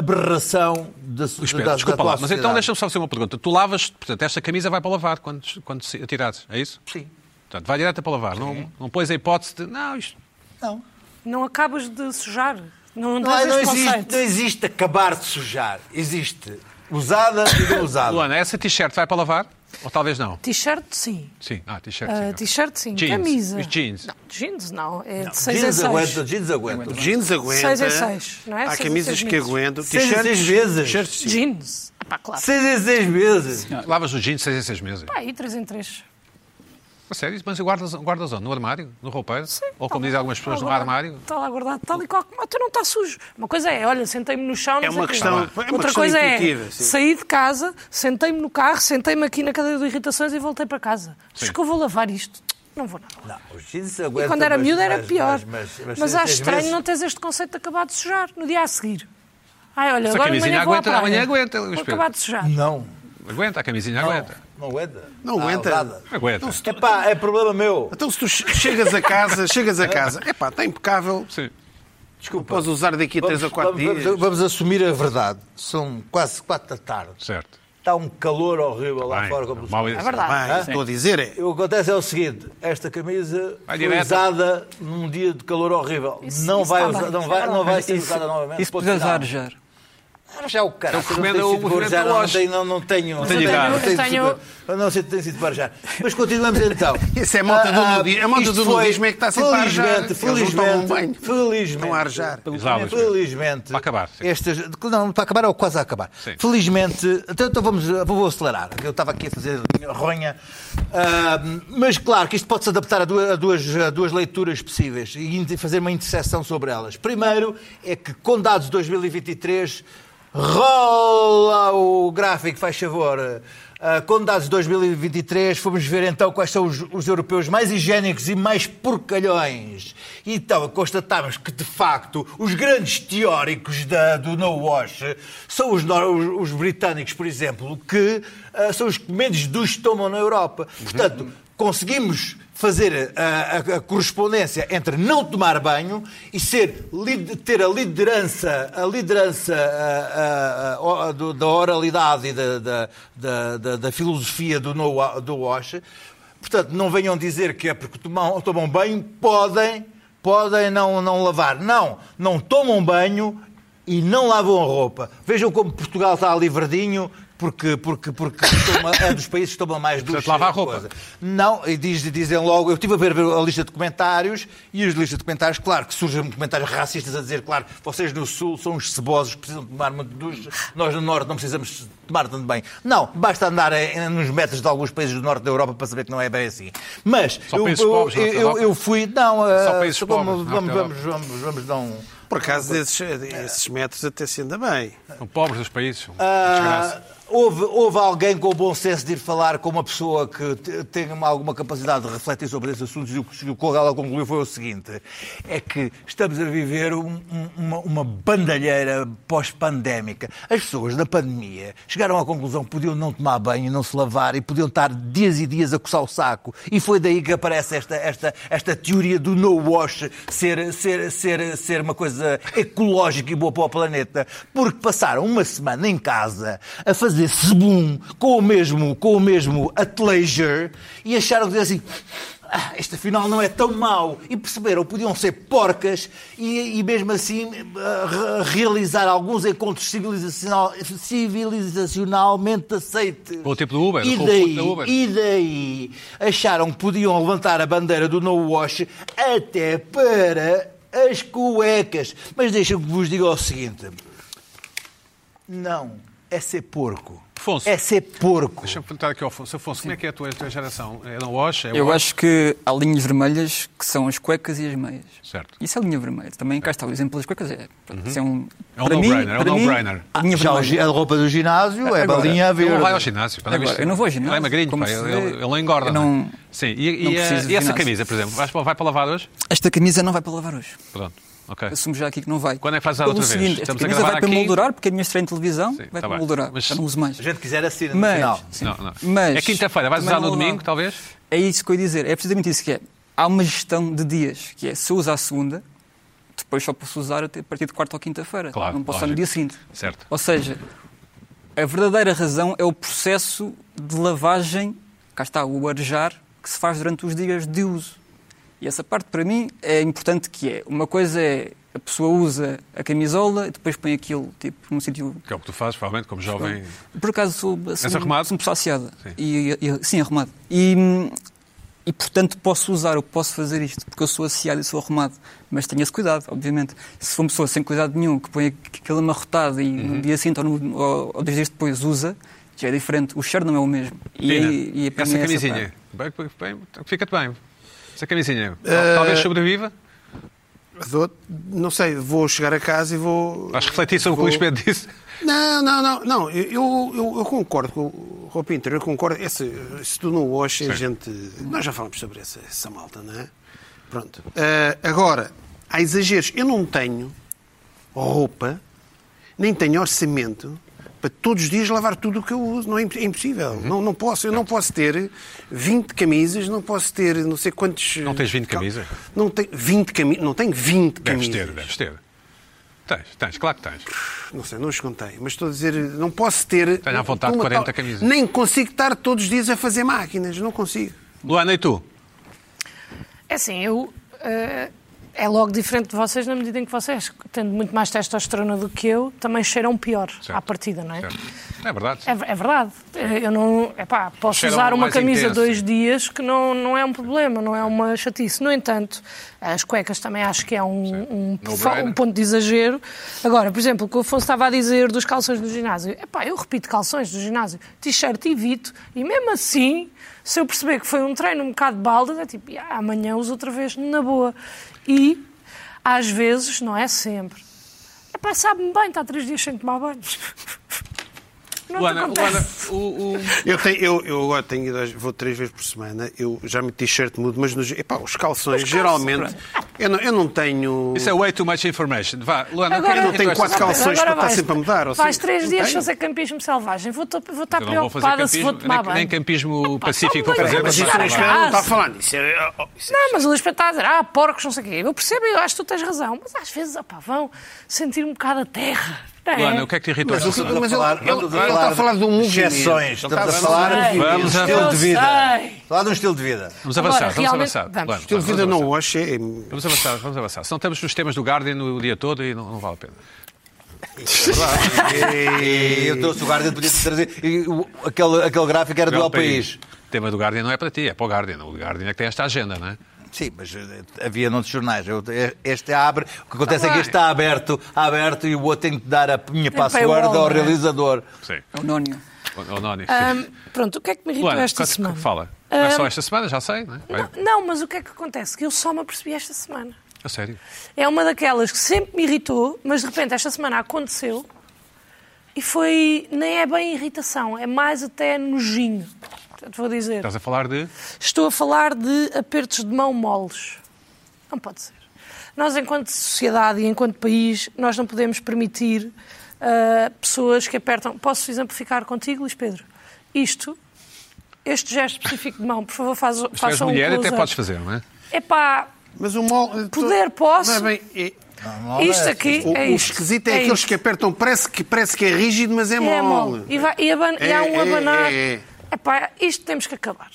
Speaker 5: aberração da, so-
Speaker 1: Espera,
Speaker 5: da, da
Speaker 1: desculpa
Speaker 5: atual
Speaker 1: lá, mas então
Speaker 5: sociedade.
Speaker 1: deixa-me só fazer uma pergunta. Tu lavas, portanto, esta camisa vai para lavar quando, quando se atirares, é isso?
Speaker 5: Sim.
Speaker 1: Portanto, vai direto para lavar. Não, não pões a hipótese de. Não, isto.
Speaker 5: Não.
Speaker 4: Não acabas de sujar. Não, não
Speaker 5: Não,
Speaker 4: tens
Speaker 5: não
Speaker 4: este
Speaker 5: existe,
Speaker 4: conceito.
Speaker 5: não existe acabar de sujar. Existe usada e não usada.
Speaker 1: Luana, essa t-shirt vai para lavar? Ou talvez não?
Speaker 4: T-shirt, sim.
Speaker 1: Sim, ah, t-shirt.
Speaker 4: Ah,
Speaker 1: sim.
Speaker 4: T-shirt, sim.
Speaker 1: Jeans.
Speaker 4: Camisa.
Speaker 1: Os jeans.
Speaker 4: Não, jeans não. É de 6 em
Speaker 5: Jeans
Speaker 4: 6.
Speaker 5: aguenta, jeans aguenta.
Speaker 2: O jeans aguenta.
Speaker 4: Seis em seis, não é?
Speaker 2: Há
Speaker 4: Seis em
Speaker 2: camisas
Speaker 4: seis
Speaker 2: que
Speaker 4: meses.
Speaker 2: aguentam.
Speaker 5: Seis em
Speaker 2: t-shirts-
Speaker 5: seis vezes.
Speaker 2: t-shirts, sim.
Speaker 4: Jeans. Ah, Pá, claro.
Speaker 5: Seis em seis meses.
Speaker 1: Lavas os jeans seis em seis meses.
Speaker 4: Pá, aí 3 em 3.
Speaker 1: A sério? Mas guardas, guardas onde? No armário? No roupeiro?
Speaker 4: Sim,
Speaker 1: Ou
Speaker 4: tá
Speaker 1: como
Speaker 4: lá.
Speaker 1: dizem algumas pessoas,
Speaker 4: Tá
Speaker 1: no
Speaker 4: lá-
Speaker 1: armário?
Speaker 4: Está lá guardado tal e qual. Mas tu não está sujo. Uma coisa é, olha, sentei-me no chão. não
Speaker 2: É
Speaker 4: sei
Speaker 2: uma
Speaker 4: o quê.
Speaker 1: Tá
Speaker 2: questão- é uma
Speaker 4: Outra
Speaker 2: questão
Speaker 4: coisa é,
Speaker 2: intuitiva, sim.
Speaker 4: saí de casa, sentei-me no carro, sentei-me aqui na cadeira de irritações e voltei para casa. Acho que eu vou lavar isto. Não vou nada.
Speaker 5: Não, os jeans aguentam.
Speaker 4: E quando era
Speaker 5: mas-
Speaker 4: miúda era
Speaker 5: mas-
Speaker 4: pior.
Speaker 5: Mas, mas, mas seis
Speaker 4: Mas
Speaker 5: em
Speaker 4: acho
Speaker 5: seis
Speaker 4: estranho
Speaker 5: meses-
Speaker 4: não teres este conceito de acabar de sujar no dia a seguir. Ai, olha,
Speaker 1: Essa
Speaker 4: agora
Speaker 1: camisinha
Speaker 4: amanhã vou à
Speaker 1: aguenta,
Speaker 4: praia.
Speaker 1: amanhã aguenta, Luís
Speaker 4: Vou
Speaker 1: Pedro.
Speaker 4: acabar de sujar.
Speaker 5: Não.
Speaker 1: Aguenta, a camisinha
Speaker 5: Não,
Speaker 1: aguenta.
Speaker 5: não aguenta.
Speaker 2: Não
Speaker 5: Tá
Speaker 2: aguenta.
Speaker 5: usada.
Speaker 1: Aguenta.
Speaker 5: Epá, é problema meu.
Speaker 2: Então se tu che- chegas a casa, chegas a casa, epá, está impecável,
Speaker 1: Sim.
Speaker 5: Desculpa.
Speaker 2: podes usar daqui a 3 ou 4
Speaker 5: vamos- vamos-
Speaker 2: dias.
Speaker 5: vamos assumir a verdade. São quase 4 da tarde.
Speaker 1: Certo.
Speaker 5: Está um calor horrível lá
Speaker 1: Bem,
Speaker 5: fora. Como se
Speaker 1: mal-
Speaker 4: É verdade.
Speaker 5: Ah,
Speaker 2: Vai, estou a dizer, é,
Speaker 5: O que acontece é o seguinte: esta camisa
Speaker 1: Vai
Speaker 5: foi
Speaker 1: direto.
Speaker 5: usada num dia de calor horrível.
Speaker 4: Isso-
Speaker 5: não,
Speaker 4: isso
Speaker 5: Ah, vai
Speaker 4: tá
Speaker 5: usar-
Speaker 4: bem.
Speaker 5: não vai, não vai ser usada novamente.
Speaker 3: Isso
Speaker 5: Ponto
Speaker 3: podes
Speaker 5: final.
Speaker 3: arejar.
Speaker 5: Ah, já o cara,
Speaker 1: Então,
Speaker 5: não
Speaker 1: recomenda
Speaker 5: tenho
Speaker 1: o
Speaker 5: sido
Speaker 1: movimento
Speaker 5: Guarujá, não
Speaker 1: Loche.
Speaker 5: tenho, não, não tenho. Não
Speaker 1: tenho idade.
Speaker 5: não tenho,
Speaker 4: Eu tenho-
Speaker 5: sido- não sei se tenho sido Guarujá. Mas continuamos então.
Speaker 2: Isso é malta do nudismo. A malta
Speaker 5: isto
Speaker 2: do
Speaker 5: foi-
Speaker 2: nudismo é que está sempre a arjar.
Speaker 5: Felizmente,
Speaker 2: Eles não tomam
Speaker 5: felizmente,
Speaker 2: banho. Estão
Speaker 5: felizmente.
Speaker 2: a arjar.
Speaker 5: pelo-
Speaker 1: Exato.
Speaker 5: Felizmente.
Speaker 1: Para acabar, sim.
Speaker 5: Estas, não, para acabar ou quase a acabar.
Speaker 1: Sim.
Speaker 5: Felizmente, então, então vamos, vou vou acelerar, que eu estava aqui a fazer ronha. Ah, mas claro que isto pode-se adaptar a duas, a duas- a duas leituras possíveis e inte- fazer uma interseção sobre elas. Primeiro é que com dados 2023, rola o gráfico, faz favor. Ah, com dados de 2023, fomos ver então quais são os, os europeus mais higiênicos e mais porcalhões. E então constatámos que, de facto, os grandes teóricos da- do no wash são os, nor- os- os britânicos, por exemplo, que ah, são os que menos dos tomam na Europa. Portanto, conseguimos fazer a, a- a correspondência entre não tomar banho e ser, lid- ter a liderança, a liderança ah, ah, ah, o- do- da oralidade e da, da- da- da- da filosofia do, no, wa- do Wash. Portanto, não venham dizer que é porque tomam, tomam banho, podem, podem não, não lavar. Não, não tomam banho e não lavam a roupa. Vejam como Portugal está ali verdinho, porque, porque, porque toma- é dos países que toma mais ducha.
Speaker 1: Portanto, lava a roupa.
Speaker 5: coisa. Não, e diz- dizem logo, eu estive a ver a lista de comentários e as listas de comentários, claro, que surgem comentários racistas a dizer, claro, vocês no Sul são uns cebosos que precisam tomar muito ducha, nós no Norte não precisamos tomar tanto bem. Não, basta andar eh, nos metros de alguns países do Norte da Europa para saber que não é bem assim. Mas
Speaker 1: Só
Speaker 5: eu,
Speaker 1: países
Speaker 5: eu,
Speaker 1: pobres, Norte da
Speaker 5: eu,
Speaker 1: Europa.
Speaker 5: eu fui, não, eh,
Speaker 1: Só países
Speaker 5: vamos-
Speaker 1: pobres, é Norte
Speaker 5: vamos,
Speaker 1: da
Speaker 5: vamos, vamos, vamos dar um...
Speaker 2: Por acaso, esses, esses metros até se anda bem.
Speaker 1: São pobres dos países. uma
Speaker 5: Ah,
Speaker 1: desgraça.
Speaker 5: houve, houve alguém com o bom senso de ir falar com uma pessoa que te- tenha uma- alguma capacidade de refletir sobre esses assuntos e o que o que ela concluiu foi o seguinte: é que estamos a viver um- um- uma, uma bandalheira pós-pandémica. As pessoas na pandemia chegaram à conclusão que podiam não tomar banho e não se lavar e podiam estar dias e dias a coçar o saco. E foi daí que aparece esta, esta, esta teoria do no wash ser, ser, ser, ser uma coisa ecológica e boa para o planeta, porque passaram uma semana em casa a fazer sebum com o mesmo, com o mesmo athleisure e acharam que assim. "Ah, este afinal não é tão mau. E perceberam, podiam ser porcas e, e mesmo assim ah, re- realizar alguns encontros civilizacional- civilizacionalmente aceites.
Speaker 1: Ou o tipo do Uber,
Speaker 5: e
Speaker 1: o full
Speaker 5: daí,
Speaker 1: food da Uber.
Speaker 5: e daí acharam que podiam levantar a bandeira do no wash até para as cuecas. Mas deixem-me que vos diga o seguinte: não, é ser porco.
Speaker 1: Afonso.
Speaker 5: É ser porco.
Speaker 1: Deixa-me perguntar aqui ao Afonso. Afonso, como é que é a tua, a tua geração? É não Wash? É
Speaker 3: Eu
Speaker 1: Wash?
Speaker 3: acho que há linhas vermelhas que são as cuecas e as meias.
Speaker 1: Certo.
Speaker 3: Isso é linha vermelha. Também cá está o exemplo das cuecas. É, pronto, isso é um,
Speaker 1: É um
Speaker 3: para mim-
Speaker 1: no-brainer, é um
Speaker 3: para mim,
Speaker 1: no-brainer.
Speaker 3: linha
Speaker 5: Ah, Já o
Speaker 3: vermelha.
Speaker 5: gi-
Speaker 1: é-
Speaker 5: a roupa do ginásio é
Speaker 3: Agora,
Speaker 5: balinha
Speaker 1: Ele
Speaker 5: verde.
Speaker 1: não vai ao ginásio. pá, não é
Speaker 3: Agora,
Speaker 1: isto?
Speaker 3: eu não vou ao
Speaker 1: Ele é
Speaker 3: ginásio,
Speaker 1: magrinho,
Speaker 3: como
Speaker 1: pá,
Speaker 3: se
Speaker 1: ele,
Speaker 3: vê,
Speaker 1: ele- ele engorda.
Speaker 3: eu
Speaker 1: Não...
Speaker 3: não-
Speaker 1: é? Sim, e,
Speaker 3: não
Speaker 1: e, a-
Speaker 3: preciso de
Speaker 1: e essa
Speaker 3: ginásio.
Speaker 1: camisa, por exemplo, vais para, vai para lavar hoje?
Speaker 3: Esta camisa não vai para lavar hoje.
Speaker 1: Pronto, ok.
Speaker 3: Assumo já aqui que não vai.
Speaker 1: Quando é que fazes ela
Speaker 3: Pelo
Speaker 1: outra vez?
Speaker 3: seguinte, Esta
Speaker 1: Estamos a
Speaker 3: camisa
Speaker 1: gravar
Speaker 3: vai para
Speaker 1: aqui.
Speaker 3: moldurar, porque a minha estreia em televisão
Speaker 1: Sim,
Speaker 3: vai
Speaker 1: tá
Speaker 3: para
Speaker 1: bem.
Speaker 3: moldurar.
Speaker 1: Mas-
Speaker 3: Já não uso mais.
Speaker 5: Se a gente quiser, assina no
Speaker 3: Mas,
Speaker 5: final.
Speaker 3: sim.
Speaker 1: Não, não.
Speaker 3: Mas-
Speaker 1: é quinta-feira, vais
Speaker 3: também
Speaker 1: usar no
Speaker 3: não dá.
Speaker 1: domingo, talvez?
Speaker 3: É isso que eu ia dizer. É precisamente isso que é. Há uma gestão de dias, que é se eu usar a segunda, depois só posso usar até a partir de quarta ou quinta-feira.
Speaker 1: Claro,
Speaker 3: não posso usar no
Speaker 1: lógico.
Speaker 3: dia seguinte.
Speaker 1: Certo.
Speaker 3: Ou seja, a verdadeira razão é o processo de lavagem, cá está, o arejar, que se faz durante os dias de uso. E essa parte, para mim, é importante que é. Uma coisa é a pessoa usa a camisola e depois põe aquilo, tipo, num sítio
Speaker 1: Que é o que tu fazes, provavelmente, como jovem.
Speaker 3: por acaso sou, sou,
Speaker 1: arrumado?
Speaker 3: sou uma pessoa aciada.
Speaker 1: Sim.
Speaker 3: E, e- e- sim, arrumado. E, hum, e portanto posso usar, eu posso fazer isto, porque eu sou aciado e sou arrumado. Mas tenha esse cuidado, obviamente. Se for uma pessoa sem cuidado nenhum, que põe aqu- aquele amarrotado e
Speaker 1: Uhum.
Speaker 3: no dia seguinte ou, no, ou, ou dois dias depois usa, já é diferente. O cheiro não é o mesmo. E,
Speaker 1: Pina,
Speaker 3: e- e para
Speaker 1: essa
Speaker 3: mim é
Speaker 1: camisinha.
Speaker 3: parte.
Speaker 1: Bem, bem, bem, Fica-te bem. Essa camisinha. Talvez sobreviva.
Speaker 2: Dou- Não sei, vou chegar a casa e vou.
Speaker 1: Vais refletir sobre o que o
Speaker 2: vou-
Speaker 1: Lisbeth disse.
Speaker 2: Não, não, não, não. Eu, eu, eu concordo com o Rui Pinter, eu concordo. Esse, se tu não o a gente. Nós já falamos sobre essa, essa malta, não é? Pronto. Ah, agora, há exageros. Eu não tenho roupa, nem tenho orçamento para todos os dias lavar tudo o que eu uso. Não é, imp- é impossível.
Speaker 1: Uhum.
Speaker 2: Não, não posso. Eu não posso ter 20 camisas, não posso ter não sei quantos.
Speaker 1: Não tens 20 camisas?
Speaker 2: Não tenho 20 camisas. Não tenho 20
Speaker 1: Deves
Speaker 2: camisas.
Speaker 1: ter, deves ter. Tens, tens, claro que tens.
Speaker 2: Não sei, não os contei, mas estou a dizer, não posso ter.
Speaker 1: Tenho à vontade
Speaker 2: uma
Speaker 1: 40 camisas.
Speaker 2: Nem consigo estar todos os dias a fazer máquinas, não consigo.
Speaker 1: Luana, e tu?
Speaker 4: É assim, eu. eh, É logo diferente de vocês na medida em que vocês, tendo muito mais testosterona do que eu, também cheiram pior
Speaker 1: Certo.
Speaker 4: à partida, não é?
Speaker 1: Certo. É verdade.
Speaker 4: É, é verdade. Eu não. Epá, posso
Speaker 1: Cheiram
Speaker 4: usar uma
Speaker 1: mais
Speaker 4: camisa
Speaker 1: intenso.
Speaker 4: dois dias que não, não é um problema, não é uma chatice. No entanto, as cuecas também acho que é um, um,
Speaker 1: No
Speaker 4: fa-
Speaker 1: brainer.
Speaker 4: um ponto de exagero. Agora, por exemplo, o que o Afonso estava a dizer dos calções do ginásio. Epá, eu repito calções do ginásio, t-shirt evito, e mesmo assim, se eu perceber que foi um treino um bocado de baldas, é tipo, "Ya, amanhã uso outra vez na boa. E às vezes, não é sempre. Epá, sabe-me bem, está três dias sem tomar banho. Não te
Speaker 1: Luana,
Speaker 4: acontece.
Speaker 1: Luana, o, o-
Speaker 2: Eu, tenho, eu, eu agora tenho ido, às- vou três vezes por semana, eu já me t-shirt mudo, mas nos, epá, os calções, geralmente, eu não, eu não tenho.
Speaker 1: Isso é way too much information. Vá, Luana, é
Speaker 4: Agora,
Speaker 1: quem
Speaker 2: Eu não tenho
Speaker 1: interessa-
Speaker 2: quatro calções
Speaker 4: Agora
Speaker 2: para estar
Speaker 4: vais-
Speaker 2: sempre a mudar, ou
Speaker 4: Vais
Speaker 2: seja,
Speaker 4: três
Speaker 2: não
Speaker 4: dias
Speaker 2: tenho.
Speaker 4: fazer campismo selvagem. Vou, tô- vou estar
Speaker 1: Eu não vou fazer
Speaker 4: preocupada se vou
Speaker 1: campismo,
Speaker 4: tomar
Speaker 1: nem,
Speaker 4: banho. então
Speaker 1: nem campismo pacífico vou
Speaker 4: bem,
Speaker 1: fazer.
Speaker 2: Mas
Speaker 4: Mas
Speaker 2: isso
Speaker 4: está
Speaker 2: não
Speaker 4: em
Speaker 2: espera, não
Speaker 4: casa.
Speaker 2: está a falar nisso. é- oh, isso é-
Speaker 4: Não, mas o Luís Pedro está a dizer, ah, porcos, não sei o quê. Eu percebo, eu acho que tu tens razão. Mas às vezes, opá, vão sentir um bocado a terra. não é?
Speaker 1: Luana, o que é que te irritou?
Speaker 2: Mas o que-
Speaker 5: Estamos a
Speaker 2: mas ele-
Speaker 5: falar-
Speaker 2: ele-
Speaker 5: estamos
Speaker 2: ele está a falar de um movimento.
Speaker 5: Exceções.
Speaker 2: Ele está a
Speaker 5: Estamos a
Speaker 2: falar
Speaker 5: falar
Speaker 4: de
Speaker 5: de
Speaker 4: um
Speaker 5: um
Speaker 1: movimento.
Speaker 5: estilo de vida.
Speaker 4: Eu sei.
Speaker 5: Falar de um estilo de vida.
Speaker 1: Vamos avançar,
Speaker 4: Agora,
Speaker 1: vamos
Speaker 4: realmente-
Speaker 1: avançar.
Speaker 4: vamos.
Speaker 1: Luana,
Speaker 2: Estilo de vida
Speaker 1: vamos
Speaker 2: não
Speaker 1: avançar.
Speaker 2: hoje é.
Speaker 1: Vamos avançar, vamos avançar. Senão temos os temas do Guardian o dia todo e não, não vale a pena.
Speaker 5: E eu estou, se o Guardian podia trazer. e o- aquele, aquele gráfico era do El País.
Speaker 1: O tema do Guardian não é para ti, é para o Guardian. O Guardian é que tem esta agenda, não é?
Speaker 5: Sim, mas eh, havia noutros jornais. Eu- eh, Este abre. O que acontece é que
Speaker 1: bem.
Speaker 5: este está aberto, aberto e o outro tem que dar a minha password
Speaker 4: paywall,
Speaker 5: ao
Speaker 4: não é?
Speaker 5: realizador.
Speaker 1: Sim.
Speaker 3: É o nónio.
Speaker 1: O, o Noni.
Speaker 4: Ahm, pronto, o que é que me irritou
Speaker 1: Luana,
Speaker 4: esta
Speaker 1: quanto-
Speaker 4: semana?
Speaker 1: fala. Não é só
Speaker 4: Ahm,
Speaker 1: esta semana, já sei, não é? Vai-
Speaker 4: não, não, mas o que é que acontece? Que eu só me apercebi esta semana.
Speaker 1: A sério.
Speaker 4: É uma daquelas que sempre me irritou, mas de repente esta semana aconteceu e foi. nem é bem irritação, é mais até nojinho. Portanto, vou dizer.
Speaker 1: Estás a falar de.
Speaker 4: Estou a falar de apertos de mão moles. Não pode ser. Nós, enquanto sociedade e enquanto país, nós não podemos permitir ah, pessoas que apertam. Posso exemplificar contigo, Luís Pedro? Isto, este gesto específico de mão, por favor, faz,
Speaker 1: Se és
Speaker 4: façam um
Speaker 1: mulher, até
Speaker 4: close-up.
Speaker 1: podes fazer, não é?
Speaker 4: Epá,
Speaker 2: Mas o mal.
Speaker 4: Poder, posso?
Speaker 2: Não é bem- é-
Speaker 4: isto aqui
Speaker 2: o,
Speaker 4: é
Speaker 2: o
Speaker 4: isto.
Speaker 2: esquisito é, aqueles
Speaker 4: isto.
Speaker 2: que apertam, parece que, parece que é rígido, mas é,
Speaker 4: É
Speaker 2: mole.
Speaker 4: mole. E, vai- e aban- e há
Speaker 2: É,
Speaker 4: um
Speaker 2: é,
Speaker 4: abanar.
Speaker 2: é, é.
Speaker 4: Epá, isto temos que acabar.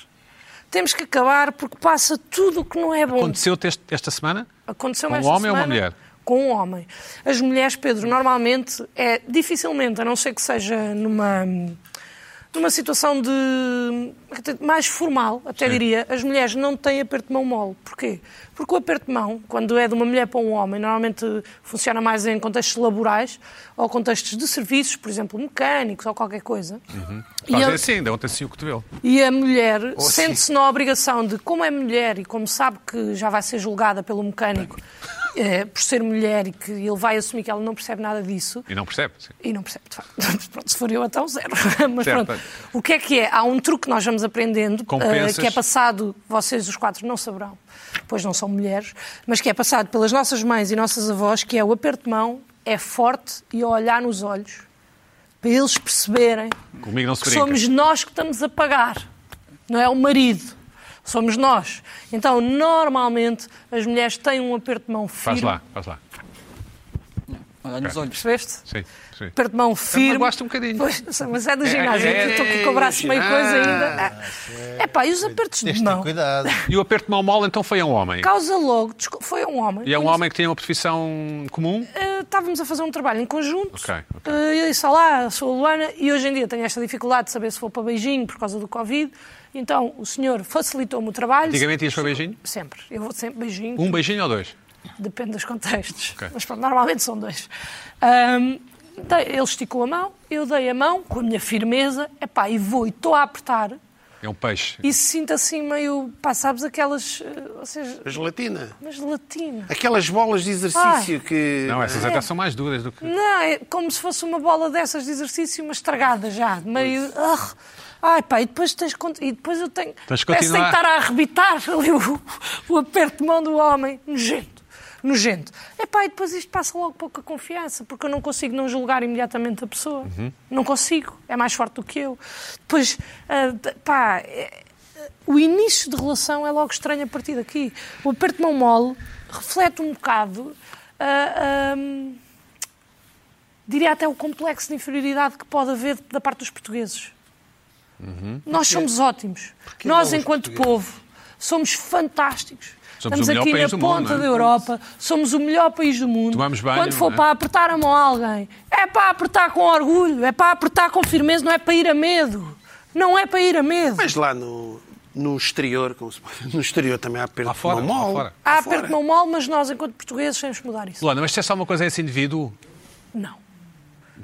Speaker 4: Temos que acabar porque passa tudo o que não é bom.
Speaker 1: Aconteceu-te este- esta semana?
Speaker 4: Aconteceu
Speaker 1: Com um
Speaker 4: esta
Speaker 1: homem ou uma
Speaker 4: semana
Speaker 1: mulher?
Speaker 4: Com um homem. As mulheres, Pedro, normalmente é dificilmente, a não ser que seja numa numa situação de mais formal, até diria, as mulheres não têm aperto de mão mole. Porquê? Porque o aperto de mão, quando é de uma mulher para um homem, normalmente funciona mais em contextos laborais ou contextos de serviços, por exemplo, mecânicos ou qualquer coisa. E
Speaker 1: Fazem
Speaker 4: ele-
Speaker 1: assim, ainda ontem assim o cotovelo.
Speaker 4: e a mulher sente-se na obrigação de, como é mulher e como sabe que já vai ser julgada pelo mecânico eh, por ser mulher e que ele vai assumir que ela não percebe nada disso,
Speaker 1: E não percebe. Sim.
Speaker 4: e não percebe, de facto. Pronto, se for eu, então zero. Mas
Speaker 1: Certo.
Speaker 4: pronto, o que é que é? Há um truque que nós vamos aprendendo,
Speaker 1: Compensas.
Speaker 4: eh, que é passado, vocês os quatro não saberão, pois não são mulheres, mas que é passado pelas nossas mães e nossas avós, que é o aperto de mão, é forte e a olhar nos olhos, para eles perceberem
Speaker 1: Comigo não se
Speaker 4: que
Speaker 1: brinca.
Speaker 4: somos nós que estamos a pagar, não é o marido. Somos nós. Então, normalmente, as mulheres têm um aperto de mão firme.
Speaker 1: Faz lá, faz lá.
Speaker 3: Olhar nos olhos.
Speaker 4: Percebeste?
Speaker 1: Sim, sim.
Speaker 4: Aperto de mão firme.
Speaker 1: gosto um bocadinho.
Speaker 4: Pois, mas é do ginásio,
Speaker 1: é,
Speaker 4: eu estou aqui com o braço meio coisa ainda. É pá, e os apertos
Speaker 5: Tens
Speaker 4: de
Speaker 5: de ter
Speaker 4: mão?
Speaker 5: cuidado.
Speaker 1: E o aperto de mão mole então foi a um homem.
Speaker 4: Causa logo, desco- foi um homem.
Speaker 1: E é um
Speaker 4: Mas,
Speaker 1: homem que tinha uma profissão comum?
Speaker 4: eh, Estávamos a fazer um trabalho em conjunto.
Speaker 1: Ok, ok.
Speaker 4: Eh, eu disse, olá, sou a Luana e hoje em dia tenho esta dificuldade de saber se vou para beijinho por causa do Covid. Então o senhor facilitou-me o trabalho.
Speaker 1: Antigamente ias para beijinho?
Speaker 4: Sempre. Eu vou sempre beijinho.
Speaker 1: Um beijinho ou dois?
Speaker 4: Depende dos contextos.
Speaker 1: Ok.
Speaker 4: Mas pronto, normalmente são dois. Ahm, dei- ele esticou a mão, eu dei a mão com a minha firmeza, epá, e vou e estou a apertar.
Speaker 1: É um peixe.
Speaker 4: E sinto assim meio, pá, sabes, aquelas. eh, Ou seja,
Speaker 2: A gelatina.
Speaker 4: mas latina.
Speaker 2: Aquelas bolas de exercício que.
Speaker 1: Não, é essas até são mais duras do que.
Speaker 4: Não, é como se fosse uma bola dessas de exercício, mas estragada já. Meio. ah, Ai, pá, e depois tens. cont- E depois eu tenho.
Speaker 1: Tens que
Speaker 4: Parece que
Speaker 1: continuar.
Speaker 4: tenho que estar a arrebitar ali o, o aperto de mão do homem. Nojento. Nojento. Epá, e depois isto passa logo pouca confiança, porque eu não consigo não julgar imediatamente a pessoa.
Speaker 1: Uhum.
Speaker 4: Não consigo. É mais forte do que eu. Depois, ah, de- pá, é- o início de relação é logo estranho a partir daqui. O aperto de mão mole reflete um bocado. ah, ah, diria até o complexo de inferioridade que pode haver da parte dos portugueses.
Speaker 1: Uhum.
Speaker 4: Nós somos ótimos. Nós, enquanto povo, somos fantásticos.
Speaker 1: Somos
Speaker 4: Estamos
Speaker 1: o melhor
Speaker 4: aqui
Speaker 1: país
Speaker 4: na
Speaker 1: do mundo,
Speaker 4: ponta
Speaker 1: não é?
Speaker 4: da Europa, somos o melhor país do mundo.
Speaker 1: Tomamos banho,
Speaker 4: Quando for
Speaker 1: não é?
Speaker 4: para apertar a mão a alguém, é para apertar com orgulho, é para apertar com firmeza, não é para ir a medo. Não é para ir a medo.
Speaker 2: Mas lá no, no exterior, como se pode- no exterior também há perto
Speaker 1: Lá fora,
Speaker 2: de mão
Speaker 1: lá
Speaker 2: mole.
Speaker 1: fora.
Speaker 4: Há aperto de mão mole, mas nós, enquanto portugueses, temos que mudar isso.
Speaker 1: Luana, mas se é só uma coisa a esse indivíduo,
Speaker 4: Não.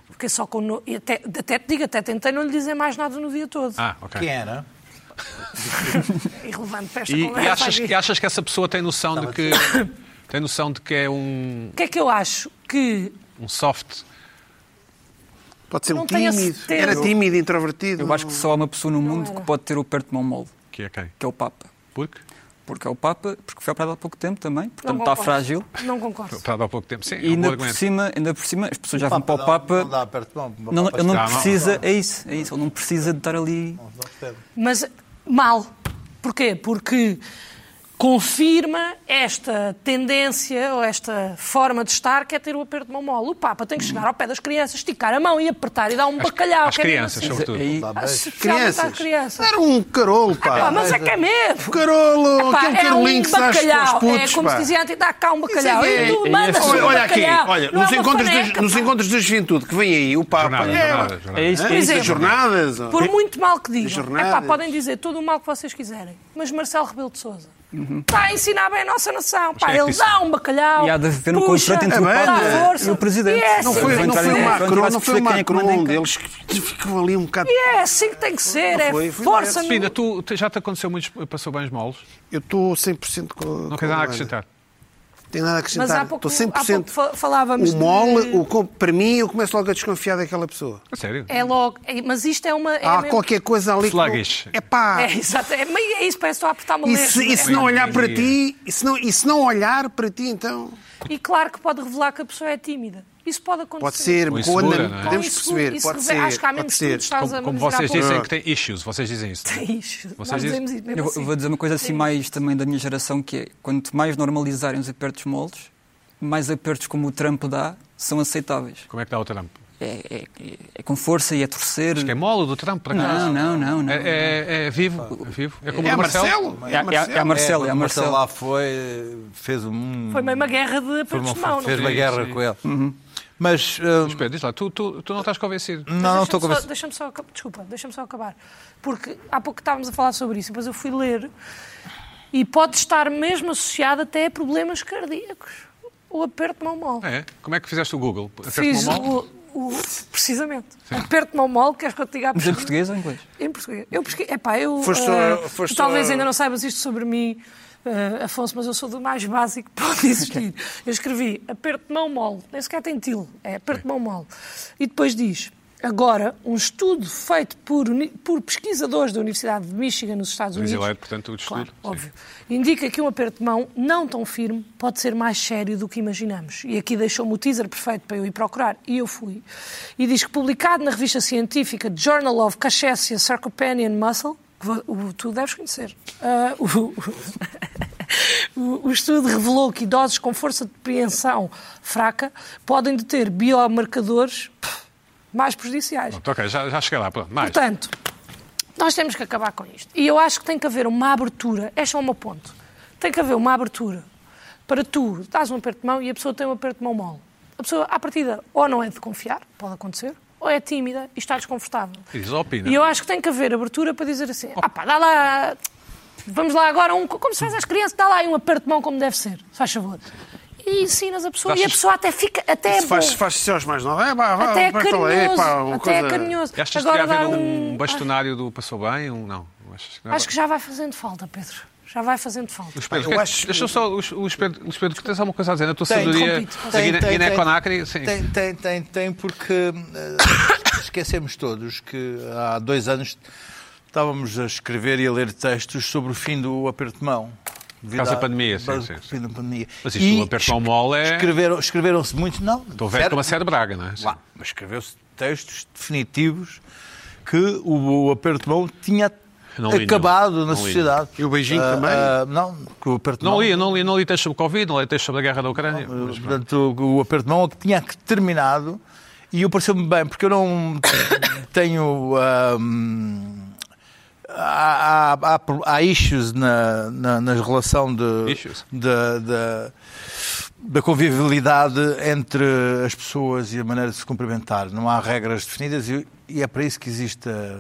Speaker 4: Porque só com. no- e Até, até te digo, até tentei não lhe dizer mais nada no dia todo.
Speaker 1: ah, ok.
Speaker 5: Quem era?
Speaker 4: Irrelevante para esta
Speaker 1: E, e
Speaker 4: conversa
Speaker 1: achas,
Speaker 4: aqui.
Speaker 1: que, achas que essa pessoa tem noção de que tem noção de que é um,
Speaker 4: O que é que eu acho? Que
Speaker 1: um soft?
Speaker 2: Pode ser
Speaker 4: Não
Speaker 2: um
Speaker 4: tenho a
Speaker 2: tímido.
Speaker 4: certeza.
Speaker 2: Era tímido, introvertido.
Speaker 3: Eu acho que só há uma pessoa no mundo que pode ter o perto de mão mole,
Speaker 1: Que é quem?
Speaker 3: que é o Papa.
Speaker 1: Porque?
Speaker 3: Porque é o Papa, porque foi operado há pouco tempo também,
Speaker 4: não
Speaker 3: portanto está
Speaker 4: concordo.
Speaker 3: frágil.
Speaker 4: Não concordo.
Speaker 1: Para há pouco tempo. Sim, é
Speaker 3: E
Speaker 1: um bom
Speaker 3: ainda por,
Speaker 1: argumento.
Speaker 3: cima, ainda por cima, as pessoas já vão para o Papa.
Speaker 5: Não dá perto de mão. o
Speaker 3: Não,
Speaker 5: Papa
Speaker 3: ele não
Speaker 1: Não, não.
Speaker 3: precisa, é isso, é isso, ele não precisa de estar ali.
Speaker 5: está- não percebe.
Speaker 4: Mas mal. Porquê? Porque confirma esta tendência ou esta forma de estar que é ter o aperto de mão mole. O Papa tem que chegar ao pé das crianças, esticar a mão e apertar e dar um bacalhau.
Speaker 1: às
Speaker 4: que é mesmo
Speaker 1: crianças,
Speaker 4: assim.
Speaker 1: são- Sobretudo.
Speaker 3: Aí-
Speaker 5: Dá
Speaker 4: Ah,
Speaker 5: beijo.
Speaker 4: especialmente às crianças.
Speaker 2: Era um carolo, pá.
Speaker 4: Pá, mas é que é mesmo.
Speaker 2: Um carolo,
Speaker 4: Pá,
Speaker 2: aquele
Speaker 4: é um
Speaker 2: carolinho que se dá aos
Speaker 4: bacalhau.
Speaker 2: putos,
Speaker 4: é como
Speaker 2: pá.
Speaker 4: se dizia antes, dá cá um
Speaker 2: Isso
Speaker 4: bacalhau.
Speaker 2: é
Speaker 4: E tu
Speaker 2: que é-
Speaker 4: mandas
Speaker 2: Olha,
Speaker 4: um
Speaker 2: olha aqui,
Speaker 4: bacalhau.
Speaker 2: olha,
Speaker 4: Não
Speaker 2: nos,
Speaker 4: é uma
Speaker 2: encontros
Speaker 4: faneca,
Speaker 2: dos, nos
Speaker 4: pá.
Speaker 2: encontros da juventude que vem aí, o Papa.
Speaker 1: Jornada,
Speaker 2: é,
Speaker 1: jornada,
Speaker 2: pá.
Speaker 1: jornada.
Speaker 3: É isto,
Speaker 2: Hã?
Speaker 3: é isto.
Speaker 2: As jornadas. ó.
Speaker 4: Por muito mal que digam.
Speaker 2: jornadas.
Speaker 4: Epá, podem dizer todo o mal que vocês quiserem. Mas Marcelo Rebelo de Souza está a ensinar bem a nossa nação. Pá,
Speaker 1: é que
Speaker 4: ele
Speaker 1: isso-
Speaker 4: dá um bacalhau.
Speaker 3: E há de haver um
Speaker 4: puxa,
Speaker 3: contrato entre o
Speaker 2: Amanda,
Speaker 4: dá
Speaker 3: Papa
Speaker 4: força.
Speaker 3: e o Presidente.
Speaker 4: E é
Speaker 2: Não
Speaker 4: assim-
Speaker 2: foi, não
Speaker 3: Vão entrar
Speaker 2: foi um
Speaker 3: em-
Speaker 2: o
Speaker 3: vão
Speaker 2: Macron,
Speaker 3: entrar
Speaker 2: não
Speaker 3: a
Speaker 2: foi o
Speaker 3: perceber quem é que manda em
Speaker 2: Macron.
Speaker 3: campo.
Speaker 2: Eles ficam ali um bocado.
Speaker 4: E é assim que tem que ser. é
Speaker 2: foi, foi
Speaker 4: força
Speaker 1: Pina,
Speaker 4: no...
Speaker 1: tu, tu- já te aconteceu muitos passou bens moles?
Speaker 2: Eu estou 100% com.
Speaker 1: Não queres nada a acrescentar?
Speaker 2: Tem nada a
Speaker 4: Mas há
Speaker 2: acrescentar.
Speaker 4: pouco,
Speaker 2: Estou
Speaker 4: há pouco
Speaker 2: 100%.
Speaker 4: fa- falávamos
Speaker 2: O mole,
Speaker 4: de...
Speaker 2: o, com- para mim, eu começo logo a desconfiar daquela pessoa.
Speaker 1: A sério?
Speaker 4: É logo... é- Mas isto é uma... É
Speaker 2: Há
Speaker 4: mesmo-
Speaker 2: Ah, qualquer coisa ali.
Speaker 1: Sluggish.
Speaker 2: É pá.
Speaker 4: É, exato. É, meio- é isso, parece que estou a apertar uma é?
Speaker 2: E
Speaker 4: lesma.
Speaker 2: se, e se não olhar para ti, e se não, e se não olhar para ti, então
Speaker 4: E claro que pode revelar que a pessoa é tímida. Isso pode acontecer.
Speaker 2: pode ser,
Speaker 1: Ou
Speaker 2: com
Speaker 1: insegura,
Speaker 2: andam-
Speaker 1: não é?
Speaker 2: podemos
Speaker 4: Isso-
Speaker 2: perceber,
Speaker 4: isso
Speaker 2: pode
Speaker 4: revela-
Speaker 2: ser,
Speaker 4: Acho que há menos
Speaker 2: pode
Speaker 4: tudo
Speaker 2: ser.
Speaker 4: estás a
Speaker 1: Como, como
Speaker 4: misturar
Speaker 1: vocês
Speaker 4: com-
Speaker 1: dizem que tem issues, vocês dizem isso. não é?
Speaker 4: Isso, Nós
Speaker 1: dizem-
Speaker 4: dizemos isso mesmo
Speaker 3: Eu vou,
Speaker 4: assim.
Speaker 3: eu vou dizer uma coisa assim mais também da minha geração, que é quanto mais normalizarem os apertos moldes, mais apertos como o Trump dá são aceitáveis.
Speaker 1: Como é que dá o Trump?
Speaker 3: É, é- é- é com força e é torcer.
Speaker 1: Acho que é mole do Trump, para cá.
Speaker 3: Não, não, não, não.
Speaker 1: É, é- é vivo, é vivo. É como
Speaker 2: É
Speaker 1: o Marcelo.
Speaker 2: Marcelo?
Speaker 3: É, é, é a Marcelo, é, a
Speaker 5: quando o Marcelo
Speaker 3: Marcelo.
Speaker 5: lá foi, fez um.
Speaker 4: Foi mesmo uma guerra de
Speaker 5: foi
Speaker 4: apertos
Speaker 5: uma-
Speaker 4: de mão. não
Speaker 5: fez
Speaker 4: foi?
Speaker 5: uma
Speaker 1: Sim,
Speaker 5: guerra
Speaker 1: sim.
Speaker 5: com ele.
Speaker 3: Uhum.
Speaker 5: Mas. hum,
Speaker 1: Espera, diz lá, tu, tu, tu não estás convencido.
Speaker 5: não, não
Speaker 4: Mas
Speaker 5: estou
Speaker 4: deixa-me só-
Speaker 5: convencido.
Speaker 4: Deixa-me só, acab- desculpa, deixa-me só acabar. Porque há pouco estávamos a falar sobre isso, depois eu fui ler e pode estar mesmo associado até a problemas cardíacos. O aperto de mão mole.
Speaker 1: É? Como é que fizeste o Google?
Speaker 4: Fiz
Speaker 1: Aperto-me ao mole?
Speaker 4: o, o- precisamente. Aperto de mão mole, queres que eu te diga a
Speaker 3: Mas em português ou em inglês?
Speaker 4: Em português. Eu pesquei. Epá, eu.
Speaker 2: Foste
Speaker 4: ah,
Speaker 1: eh,
Speaker 2: ao- foste
Speaker 4: tu talvez
Speaker 2: ao-
Speaker 4: ainda não saibas isto sobre mim, ah, Afonso, mas eu sou do mais básico que pode existir. Eu escrevi aperto de mão mole. Nem sequer tem til. É aperto de mão mole. E depois diz. Agora, um estudo feito por, uni- por pesquisadores da Universidade de Michigan, nos Estados
Speaker 1: Mas
Speaker 4: Unidos.
Speaker 1: ele é, portanto, o estudo,
Speaker 4: Claro,
Speaker 1: sim.
Speaker 4: óbvio. Indica que um aperto de mão não tão firme pode ser mais sério do que imaginamos. E aqui deixou-me o teaser perfeito para eu ir procurar. E eu fui. E diz que publicado na revista científica Journal of Cachexia Sarcopenian Muscle, que vo- o- tu deves conhecer, ah, o- o- o estudo revelou que idosos com força de preensão fraca podem deter biomarcadores pff, mais prejudiciais.
Speaker 1: Pronto, ok, já, já cheguei lá. Pronto, mais.
Speaker 4: Portanto, nós temos que acabar com isto. E eu acho que tem que haver uma abertura. Este é o meu ponto. Tem que haver uma abertura para tu dás um aperto de mão e a pessoa tem um aperto de mão mole. A pessoa, à partida, ou não é de confiar, pode acontecer, ou é tímida e está desconfortável.
Speaker 1: E diz, opina.
Speaker 4: E eu acho que tem que haver abertura para dizer assim: ah pá, dá lá. Vamos lá agora, um, como se faz às crianças, dá lá aí um aperto de mão como deve ser, se faz favor. E ensinas a pessoa, e a
Speaker 1: Achas-
Speaker 4: pessoa até fica. Até é
Speaker 2: Se faz,
Speaker 4: boa.
Speaker 2: faz-se aos mais novos. É, pá, vá,
Speaker 4: Até é
Speaker 2: vai para lá, é,
Speaker 4: carinhoso.
Speaker 2: pá, uma
Speaker 4: até é
Speaker 2: coisa-
Speaker 4: carinhoso.
Speaker 1: Achas que
Speaker 4: Agora
Speaker 1: devia
Speaker 4: dá
Speaker 1: haver
Speaker 4: um.
Speaker 1: um bastonário do Passou Bem? Um, não. Achas que não é
Speaker 4: Acho que já vai fazendo falta, Pedro. Já vai fazendo falta.
Speaker 1: Luís Pedro, o
Speaker 5: eu
Speaker 1: que é que-
Speaker 5: acho-
Speaker 1: Deixa eu só, Luís Luís Pedro, Luís Pedro, que tens alguma coisa a dizer na tua
Speaker 5: Tem,
Speaker 1: sabedoria
Speaker 4: interrompi-te.
Speaker 1: da
Speaker 5: Tem,
Speaker 1: Guiné-
Speaker 5: tem, tem.
Speaker 1: Guiné-Conakry? Sim.
Speaker 5: Tem, tem, tem, tem, porque eh, esquecemos todos que há dois anos estávamos a escrever e a ler textos sobre o fim do aperto de mão. Devido
Speaker 1: causa
Speaker 5: à-
Speaker 1: da pandemia, sim,
Speaker 5: por-
Speaker 1: sim, sim.
Speaker 5: fim da pandemia.
Speaker 1: Mas isto do aperto de mão mole é-
Speaker 5: escreveram- Escreveram-se muito, não.
Speaker 1: Estou velho como a Sérgio Braga, não é? Sim.
Speaker 5: Lá, mas escreveu-se textos definitivos que o, o aperto de mão tinha
Speaker 1: Não li nenhum.
Speaker 5: acabado na
Speaker 1: Não li
Speaker 5: sociedade.
Speaker 2: nenhum. E o beijinho
Speaker 5: Ah,
Speaker 2: também?
Speaker 5: ah, não, que o aperto de
Speaker 1: Não
Speaker 5: mão-
Speaker 1: li, não li, não li texto sobre o Covid, não li texto sobre a guerra da Ucrânia. mas pronto.
Speaker 5: Portanto, o o aperto de mão é que tinha que terminado e eu pareceu-me bem, porque eu não tenho. ahm, há- há- há, há, há issues na, na, na relação de,
Speaker 1: Issues?
Speaker 5: da- da- da convivialidade entre as pessoas e a maneira de se cumprimentar. Não há regras definidas e, e é para isso que existe a,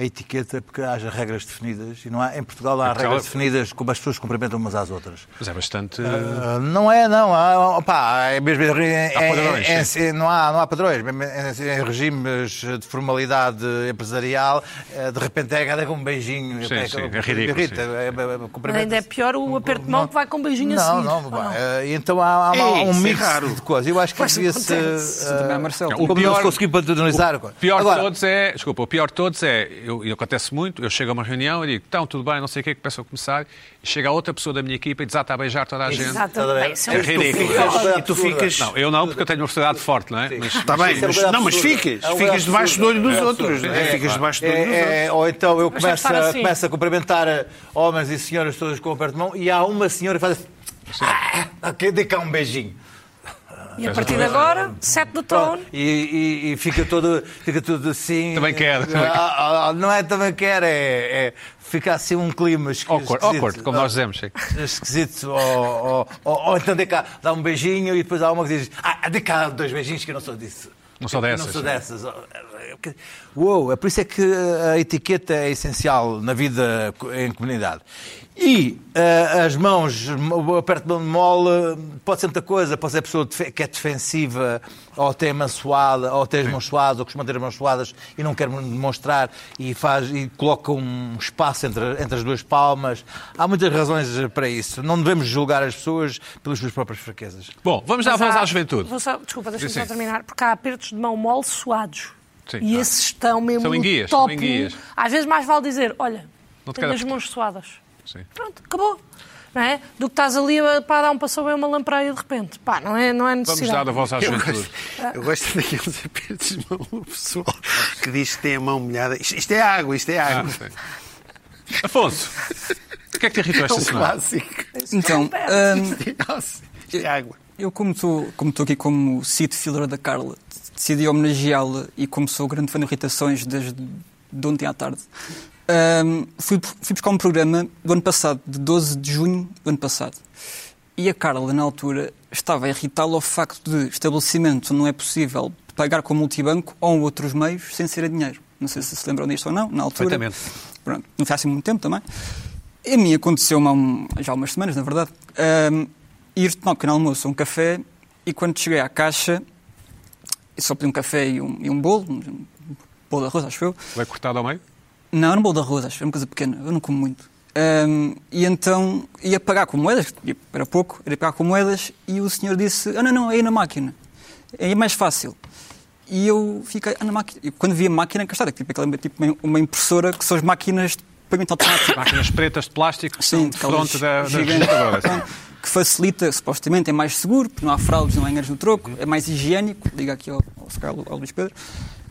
Speaker 5: a etiqueta, porque haja regras definidas. E não há, em Portugal há
Speaker 1: Portugal- é-
Speaker 5: regras definidas como as pessoas se cumprimentam umas às outras.
Speaker 1: Mas é bastante.
Speaker 5: Ah, não é, não. Há, opá, é mesmo, em- em-
Speaker 1: padrões,
Speaker 5: em- em- não, há, não há padrões. Mesmo em, em regimes de formalidade empresarial, eh, de repente é cada com um beijinho.
Speaker 1: Sim,
Speaker 5: é,
Speaker 1: sim, é ridículo, sim.
Speaker 5: é, é, é,
Speaker 4: Mas
Speaker 5: cumprimenta-se.
Speaker 4: ainda é pior o aperto de
Speaker 5: não-
Speaker 4: mão que vai com um beijinho a
Speaker 5: Não,
Speaker 4: seguir.
Speaker 5: não,
Speaker 4: ou
Speaker 5: vai. Eh, Então há, há uma-
Speaker 2: Ei,
Speaker 5: um
Speaker 2: isso é
Speaker 5: mix
Speaker 2: raro.
Speaker 5: de coisas. Eu acho que
Speaker 4: Pois,
Speaker 5: devia-se.
Speaker 4: acontece. é,
Speaker 5: eh,
Speaker 3: Também, Marcelo.
Speaker 1: o
Speaker 5: como
Speaker 1: pior-
Speaker 5: não se conseguiu patronizar.
Speaker 1: O pior
Speaker 5: Agora,
Speaker 1: de todos é, desculpa, o pior de todos é, eu, e acontece muito, eu chego a uma reunião e digo, então, tudo bem, não sei o que, que começo a começar, e chega a outra pessoa da minha equipa e "Ah, desata a beijar toda a gente.
Speaker 4: Exato.
Speaker 5: Está bem.
Speaker 4: Bem, isso é
Speaker 1: É
Speaker 4: um
Speaker 1: ridículo.
Speaker 5: absurdo.
Speaker 2: Tu ficas.
Speaker 1: Não, eu não, porque eu tenho uma personalidade forte, não é? Mas,
Speaker 2: Está Ah, bem,
Speaker 5: Isso é
Speaker 2: mas,
Speaker 5: uma coisa
Speaker 2: não, mas
Speaker 5: absurda.
Speaker 2: ficas.
Speaker 5: É uma
Speaker 2: ficas
Speaker 5: coisa
Speaker 2: debaixo do olho dos
Speaker 5: absurda.
Speaker 2: outros. não é?
Speaker 5: É,
Speaker 2: ficas debaixo do olho dos outros.
Speaker 5: É, é, ou então eu começo,
Speaker 4: estar
Speaker 5: a-
Speaker 4: assim.
Speaker 5: começo a cumprimentar eh, homens e senhoras todas com o aperto de mão e há uma senhora que faz assim. Ah, que dê cá um beijinho.
Speaker 4: E a partir de agora, sete de
Speaker 5: Pronto.
Speaker 4: trono.
Speaker 5: E, e- e fica, todo, fica tudo assim.
Speaker 1: Também quero, também quero.
Speaker 5: Ah, ah, não é também quer, é, é- fica assim um clima esqui-
Speaker 1: awkward,
Speaker 5: esquisito.
Speaker 1: awkward, como nós dizemos. é sim.
Speaker 5: Ah, Esquisito. Ou, ou- ou- ou então dê cá, dá um beijinho e depois há uma que diz: Ah, dê cá dois beijinhos que eu não sou disso.
Speaker 1: Não sou
Speaker 5: Eu
Speaker 1: dessas.
Speaker 5: Não sou dessas. Uou, é por isso é que a etiqueta é essencial na vida co- em comunidade. E ah, as mãos, o aperto de mão de mole, pode ser muita coisa, pode ser a pessoa defe- que é defensiva, ou tem a mão suada, ou tem as mãos suadas, ou costuma ter as mãos suadas e não quer demonstrar e, faz, e coloca um espaço entre, entre as duas palmas. Há muitas razões para isso. Não devemos julgar as pessoas pelas suas próprias fraquezas.
Speaker 1: Bom, vamos dar a
Speaker 4: Mas
Speaker 1: voz
Speaker 4: há-
Speaker 1: à juventude.
Speaker 4: Vou só- desculpa, deixa-me
Speaker 1: Sim,
Speaker 4: só
Speaker 1: sim.
Speaker 4: terminar. Porque há apertos de mão mole suados.
Speaker 1: Sim,
Speaker 4: e
Speaker 1: há.
Speaker 4: esses estão mesmo
Speaker 1: São
Speaker 4: no
Speaker 1: enguias,
Speaker 4: topo.
Speaker 1: são enguias.
Speaker 4: Às vezes mais vale dizer, olha,
Speaker 1: Não te
Speaker 4: tenho
Speaker 1: quero
Speaker 4: as mãos suadas.
Speaker 1: Sim.
Speaker 4: Pronto, acabou. Não é? Do que estás ali a pá, dar um passou bem uma lampreia de repente. Pá, não é, não é
Speaker 1: Vamos
Speaker 4: necessidade.
Speaker 1: dar a voz à
Speaker 2: Eu
Speaker 1: juventude.
Speaker 2: gosto, eu gosto daqueles apertos de mão do pessoal que diz que tem a mão molhada. Isto, isto é água, isto é
Speaker 1: Ah,
Speaker 2: água.
Speaker 1: sim. Afonso, o que é que te irritou
Speaker 2: é
Speaker 1: esta
Speaker 2: um
Speaker 1: semana?
Speaker 2: clássico.
Speaker 3: Então, hum,
Speaker 2: Nossa, isto é água.
Speaker 3: eu como estou como estou aqui como seed filler da Carla, decidi homenageá-la e como sou grande fã de irritações desde de ontem à tarde, hum, fui, fui buscar um programa do ano passado, de 12 de junho do ano passado. E a Carla, na altura, estava a irritá-la ao facto de estabelecimento não é possível pagar com multibanco ou outros meios sem ser a dinheiro. Não sei se se lembram disto ou não, na altura.
Speaker 1: Perfeitamente.
Speaker 3: Pronto, não foi assim muito tempo também. A mim aconteceu-me há um- já há umas semanas, na verdade, hum, ir tomar um pequeno almoço, um café, e quando cheguei à caixa, eu só pedi um café e um, e um bolo, um, um bolo de arroz, acho eu.
Speaker 1: Vai cortado ao meio?
Speaker 3: Não, era um bolo de arroz, acho que era uma coisa pequena, eu não como muito. Ahm, e então ia pagar com moedas, que era pouco, ia pagar com moedas, e o senhor disse: Ah, não, não, é aí na máquina, aí é mais fácil. E eu fiquei ah, na máquina. E quando vi a máquina gastada, tipo, aquela, tipo uma- uma impressora que são as máquinas de pagamento automático.
Speaker 1: Máquinas pretas de plástico que
Speaker 3: Sim,
Speaker 1: são de fronte da, das
Speaker 3: gigantes.
Speaker 1: registradoras.
Speaker 3: Então, que facilita, supostamente, é mais seguro, porque não há fraudes, não há enganos no troco, é mais higiênico, liga aqui ao, ao, Sr. Lu- ao Luís Pedro,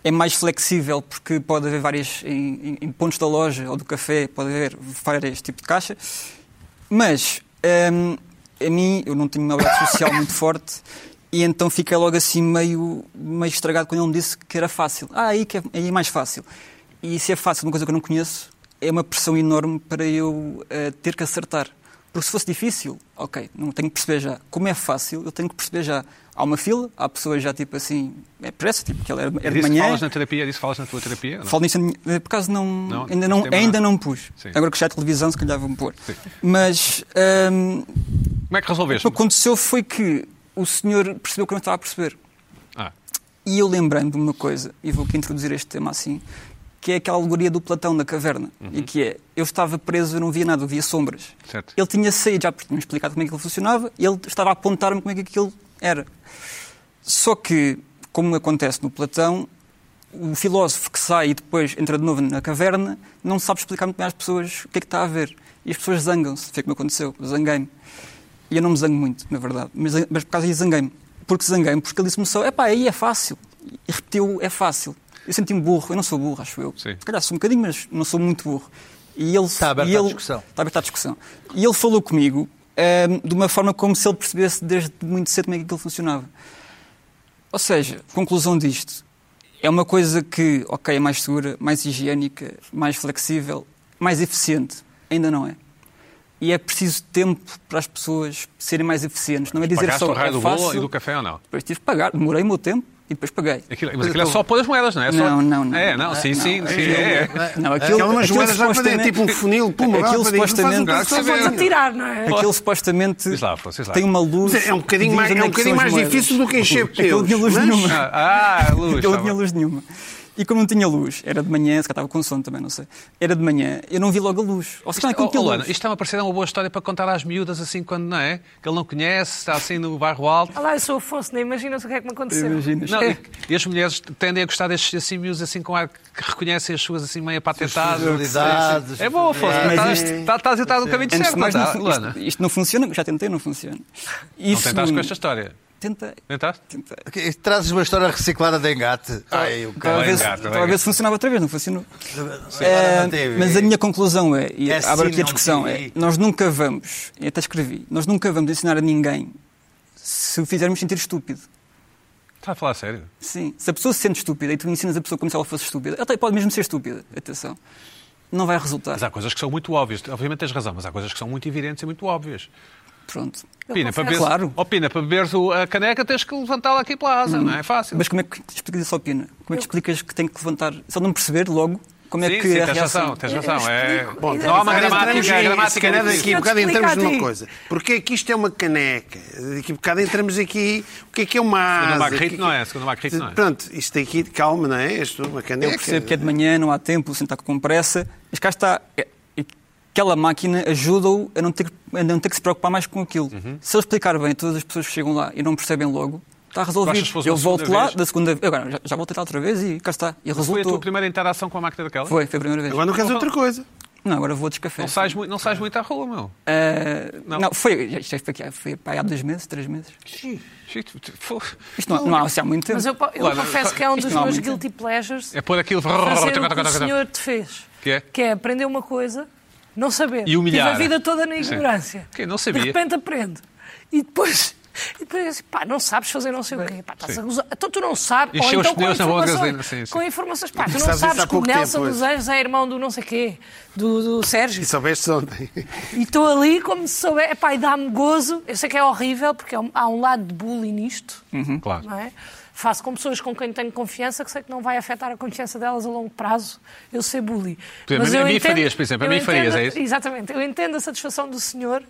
Speaker 3: é mais flexível, porque pode haver várias, em, em- em pontos da loja ou do café, pode haver vários tipos de caixa, mas hum, a mim, eu não tenho uma obra social muito forte, e então fiquei logo assim meio, meio estragado quando ele me disse que era fácil. Ah, aí, que é, aí é mais fácil. E se é fácil uma coisa que eu não conheço, é uma pressão enorme para eu eh, ter que acertar. Porque se fosse difícil, ok, não tenho que perceber já. Como é fácil, eu tenho que perceber já. Há uma fila, há pessoas já tipo assim, é pressa, tipo, que ela era,
Speaker 1: É
Speaker 3: era de
Speaker 1: disso que
Speaker 3: manhã.
Speaker 1: falas na terapia, é disso que falas na tua terapia? ou não?
Speaker 3: Falo nisso, em- eh, por acaso não,
Speaker 1: Não,
Speaker 3: ainda, não,
Speaker 1: tema não.
Speaker 3: ainda não pus.
Speaker 1: Sim.
Speaker 3: Agora que já a televisão, se calhar vão pôr.
Speaker 1: Sim.
Speaker 3: Mas ahm,
Speaker 1: Como é que
Speaker 3: o que
Speaker 1: resolveste?
Speaker 3: aconteceu foi que o senhor percebeu que eu não estava a perceber.
Speaker 1: Ah,
Speaker 3: E eu lembrei-me de uma coisa, e vou aqui introduzir este tema assim, que é aquela alegoria do Platão da caverna,
Speaker 1: Uhum.
Speaker 3: e que é, eu estava preso, eu não via nada, eu via sombras.
Speaker 1: Certo.
Speaker 3: Ele tinha saído, já tinha explicado como é que ele funcionava, e ele estava a apontar-me como é que aquilo era. Só que, como acontece no Platão, o filósofo que sai e depois entra de novo na caverna não sabe explicar muito bem às pessoas o que é que está a ver. E as pessoas zangam-se. Foi como aconteceu. Eu Zanguei-me. E eu não me zango muito, na verdade. Mas, mas por causa disso zanguei-me. Porque zanguei-me, porque ele disse-me só, epá, aí é fácil. E repetiu, é fácil. Eu senti-me burro. Eu não sou burro, acho eu.
Speaker 1: Sim.
Speaker 3: Se calhar sou um bocadinho, mas não sou muito burro. E ele,
Speaker 5: Está aberto
Speaker 3: e
Speaker 5: à
Speaker 3: ele-
Speaker 5: discussão.
Speaker 3: Está aberto à discussão. E ele falou comigo ehm, de uma forma como se ele percebesse desde muito cedo como é que aquilo funcionava. Ou seja, conclusão disto. É uma coisa que, ok, é mais segura, mais higiênica, mais flexível, mais eficiente. Ainda não é. E é preciso tempo para as pessoas serem mais eficientes. Não é dizer
Speaker 1: Pagaste
Speaker 3: só
Speaker 1: o raio
Speaker 3: é
Speaker 1: do
Speaker 3: fácil,
Speaker 1: bolo e do café ou não?
Speaker 3: Depois tive que pagar. Demorei o meu tempo e depois paguei.
Speaker 1: Aquilo, mas aquilo é só pôr as moedas, não é? É só-
Speaker 3: Não, não, não.
Speaker 1: É, não, sim, sim. sim, é, é.
Speaker 3: Não,
Speaker 2: Aquilo é umas
Speaker 3: aquilo
Speaker 2: moedas já para dentro,
Speaker 3: supostamente-
Speaker 2: tipo um funil, pum, agora
Speaker 3: aquilo
Speaker 2: para dentro,
Speaker 3: supostamente-
Speaker 2: faz um
Speaker 1: Claro que
Speaker 4: Podes
Speaker 1: sim.
Speaker 2: traçadinho.
Speaker 4: atirar, não é?
Speaker 3: Aquilo supostamente
Speaker 1: Diz lá, Afonso, diz lá.
Speaker 3: tem uma luz.
Speaker 2: Mas É um bocadinho
Speaker 3: que
Speaker 2: mais,
Speaker 3: diz
Speaker 2: é
Speaker 3: onde
Speaker 2: um
Speaker 3: que
Speaker 2: bocadinho
Speaker 3: são
Speaker 2: mais
Speaker 3: as moedas.
Speaker 2: difícil do que encher
Speaker 3: Aquilo não tinha luz
Speaker 2: pelos. mas-
Speaker 3: nenhuma.
Speaker 1: Ah, ah, luz.
Speaker 3: Eu
Speaker 1: tá
Speaker 3: não tinha
Speaker 1: bom.
Speaker 3: luz nenhuma. E como não tinha luz, era de manhã, se calhar estava com sono também, não sei. Era de manhã, eu não vi logo a luz. Ou se calhar
Speaker 1: Isto,
Speaker 3: aquilo
Speaker 1: oh,
Speaker 3: tinha
Speaker 1: Luana,
Speaker 3: é luz.
Speaker 1: isto está-me a parecer uma boa história para contar às miúdas assim quando não é? Que ele não conhece, está assim no bairro alto.
Speaker 4: Olha lá, eu sou Afonso, nem imaginas o que é que me aconteceu.
Speaker 3: Imaginas?
Speaker 1: Não, e, e as mulheres tendem a gostar destes assim, miúdos assim com ar que reconhecem as suas assim meio apatentadas.
Speaker 5: fragilidades,
Speaker 1: É bom, Afonso,
Speaker 5: as
Speaker 1: estás
Speaker 3: fragilidades.
Speaker 1: está, está, está, no caminho
Speaker 3: é, Antes
Speaker 1: certo,
Speaker 3: de
Speaker 1: não
Speaker 3: mais, não
Speaker 1: está,
Speaker 3: fun-
Speaker 1: Luana?
Speaker 3: isto, isto não funciona, já tentei, não funciona. E
Speaker 1: Não tentaste
Speaker 3: segundo-
Speaker 1: com esta história?
Speaker 3: Tentei,
Speaker 1: Tentaste?
Speaker 3: tentei.
Speaker 5: Ok, Trazes uma história reciclada de engate.
Speaker 1: Ah,
Speaker 5: Ai, o
Speaker 3: Estava a ver
Speaker 5: cara.
Speaker 3: se-
Speaker 1: engato,
Speaker 3: estava a ver
Speaker 1: engato.
Speaker 3: se funcionava outra vez, não funcionou.
Speaker 5: Agora
Speaker 3: É,
Speaker 5: não teve.
Speaker 3: mas a minha conclusão é, e
Speaker 5: É
Speaker 3: abro
Speaker 5: sim,
Speaker 3: aqui a
Speaker 5: não
Speaker 3: discussão,
Speaker 5: tive.
Speaker 3: é, nós nunca vamos, e até escrevi, nós nunca vamos ensinar a ninguém se o fizermos sentir estúpido.
Speaker 1: Está a falar sério?
Speaker 3: Sim. Se a pessoa se sente estúpida e tu ensinas a pessoa como se ela fosse estúpida, ela até pode mesmo ser estúpida, atenção, não vai resultar.
Speaker 1: Mas há coisas que são muito óbvias. Obviamente tens razão, mas há coisas que são muito evidentes e muito óbvias.
Speaker 3: Pronto.
Speaker 4: Eu
Speaker 1: Pina, para beberes,
Speaker 4: confesso.
Speaker 3: Claro.
Speaker 1: oh, Pina, para beberes o- a caneca tens que levantá-la aqui pela asa, não é fácil.
Speaker 3: Mas como é que explicas isso ao Pina? Como é que explicas que tem que levantar? Se ele não perceber logo, como é
Speaker 1: sim,
Speaker 3: que
Speaker 1: sim,
Speaker 3: é a
Speaker 1: tens razão,
Speaker 3: reação?
Speaker 1: tens
Speaker 4: Eu
Speaker 1: razão. É...
Speaker 4: explico.
Speaker 1: Bom,
Speaker 4: Eu
Speaker 1: não há uma
Speaker 4: explico.
Speaker 1: gramática, a
Speaker 2: Entramos aí,
Speaker 1: gramática
Speaker 2: se
Speaker 1: é
Speaker 2: calhar daqui
Speaker 1: difícil.
Speaker 2: a um bocado
Speaker 4: Explica
Speaker 2: entramos numa
Speaker 4: aqui.
Speaker 2: coisa. Porque é que isto é uma caneca? Daqui a bocado entramos aqui. O que é que é uma asa?
Speaker 1: Segundo o Magritte
Speaker 2: O que que-
Speaker 1: não é, segundo o Magritte não é.
Speaker 2: Pronto, isto aqui, calma, não é? Isto é uma caneca.
Speaker 3: Eu percebo que é de manhã, não há tempo, o senhor está com pressa, mas cá está. é- é- Aquela máquina ajuda-o a, não ter- a não ter que se preocupar mais com aquilo. Se ele explicar bem a todas as pessoas que chegam lá e não percebem logo, está
Speaker 1: achas
Speaker 3: resolvido.
Speaker 1: que fosse
Speaker 3: Eu
Speaker 1: uma
Speaker 3: volto
Speaker 1: segunda
Speaker 3: lá
Speaker 1: vez?
Speaker 3: da segunda vez. Agora, já, já voltei lá outra vez e cá está. E
Speaker 1: Foi a tua
Speaker 3: resultou.
Speaker 1: primeira interação com a máquina daquela?
Speaker 3: Foi, foi a primeira vez.
Speaker 2: Agora não queres outra coisa.
Speaker 3: Não, agora vou a descafé.
Speaker 1: Não sais, mui- não sais muito à rua, meu.
Speaker 3: Ah,
Speaker 1: Não.
Speaker 3: não. foi, já- já foi, aqui- foi pá, há dois meses, três meses.
Speaker 1: Shit, tu- fo-
Speaker 3: Isto não, não há, assim, há muito tempo.
Speaker 4: Mas eu, po- eu
Speaker 1: Olha,
Speaker 4: confesso que é um
Speaker 3: isto
Speaker 4: dos
Speaker 3: não há
Speaker 4: meus
Speaker 3: muito.
Speaker 4: guilty pleasures
Speaker 1: É pôr aquilo.
Speaker 4: fazer o que o senhor te fez.
Speaker 1: Que é?
Speaker 4: aprender uma coisa, não saber.
Speaker 1: E humilhar.
Speaker 4: Tive a vida toda na
Speaker 1: Sim.
Speaker 4: ignorância.
Speaker 1: Que não sabia.
Speaker 4: De repente aprende. E depois... E depois assim, pá, não sabes fazer não sei o quê. Pá, estás
Speaker 1: Sim.
Speaker 4: a gozar. Então tu não sabes.
Speaker 1: Encheu
Speaker 4: ou
Speaker 1: os
Speaker 4: então com
Speaker 1: pneus na bomba de
Speaker 4: informações.
Speaker 1: gasolina, sim, sim.
Speaker 4: Com informações. Pá, tu não
Speaker 2: Sabes isso há
Speaker 4: sabes que o
Speaker 2: pouco tempo,
Speaker 4: Nelson
Speaker 2: pois.
Speaker 4: dos Anjos é irmão do não sei quê, do, do Sérgio.
Speaker 2: E soubeste ontem.
Speaker 4: E estou ali como se souber. Epá, e dá-me gozo. Eu sei que é horrível, porque é um- há um lado de bullying nisto.
Speaker 1: Claro.
Speaker 4: não é? Faço com pessoas com quem tenho confiança, que sei que não vai afetar a confiança delas a longo prazo, eu ser bully.
Speaker 1: Por exemplo, a mim farias, por exemplo, a
Speaker 4: eu
Speaker 1: mim
Speaker 4: entendo-
Speaker 1: farias, é isso?
Speaker 4: Exatamente. Eu entendo a satisfação do senhor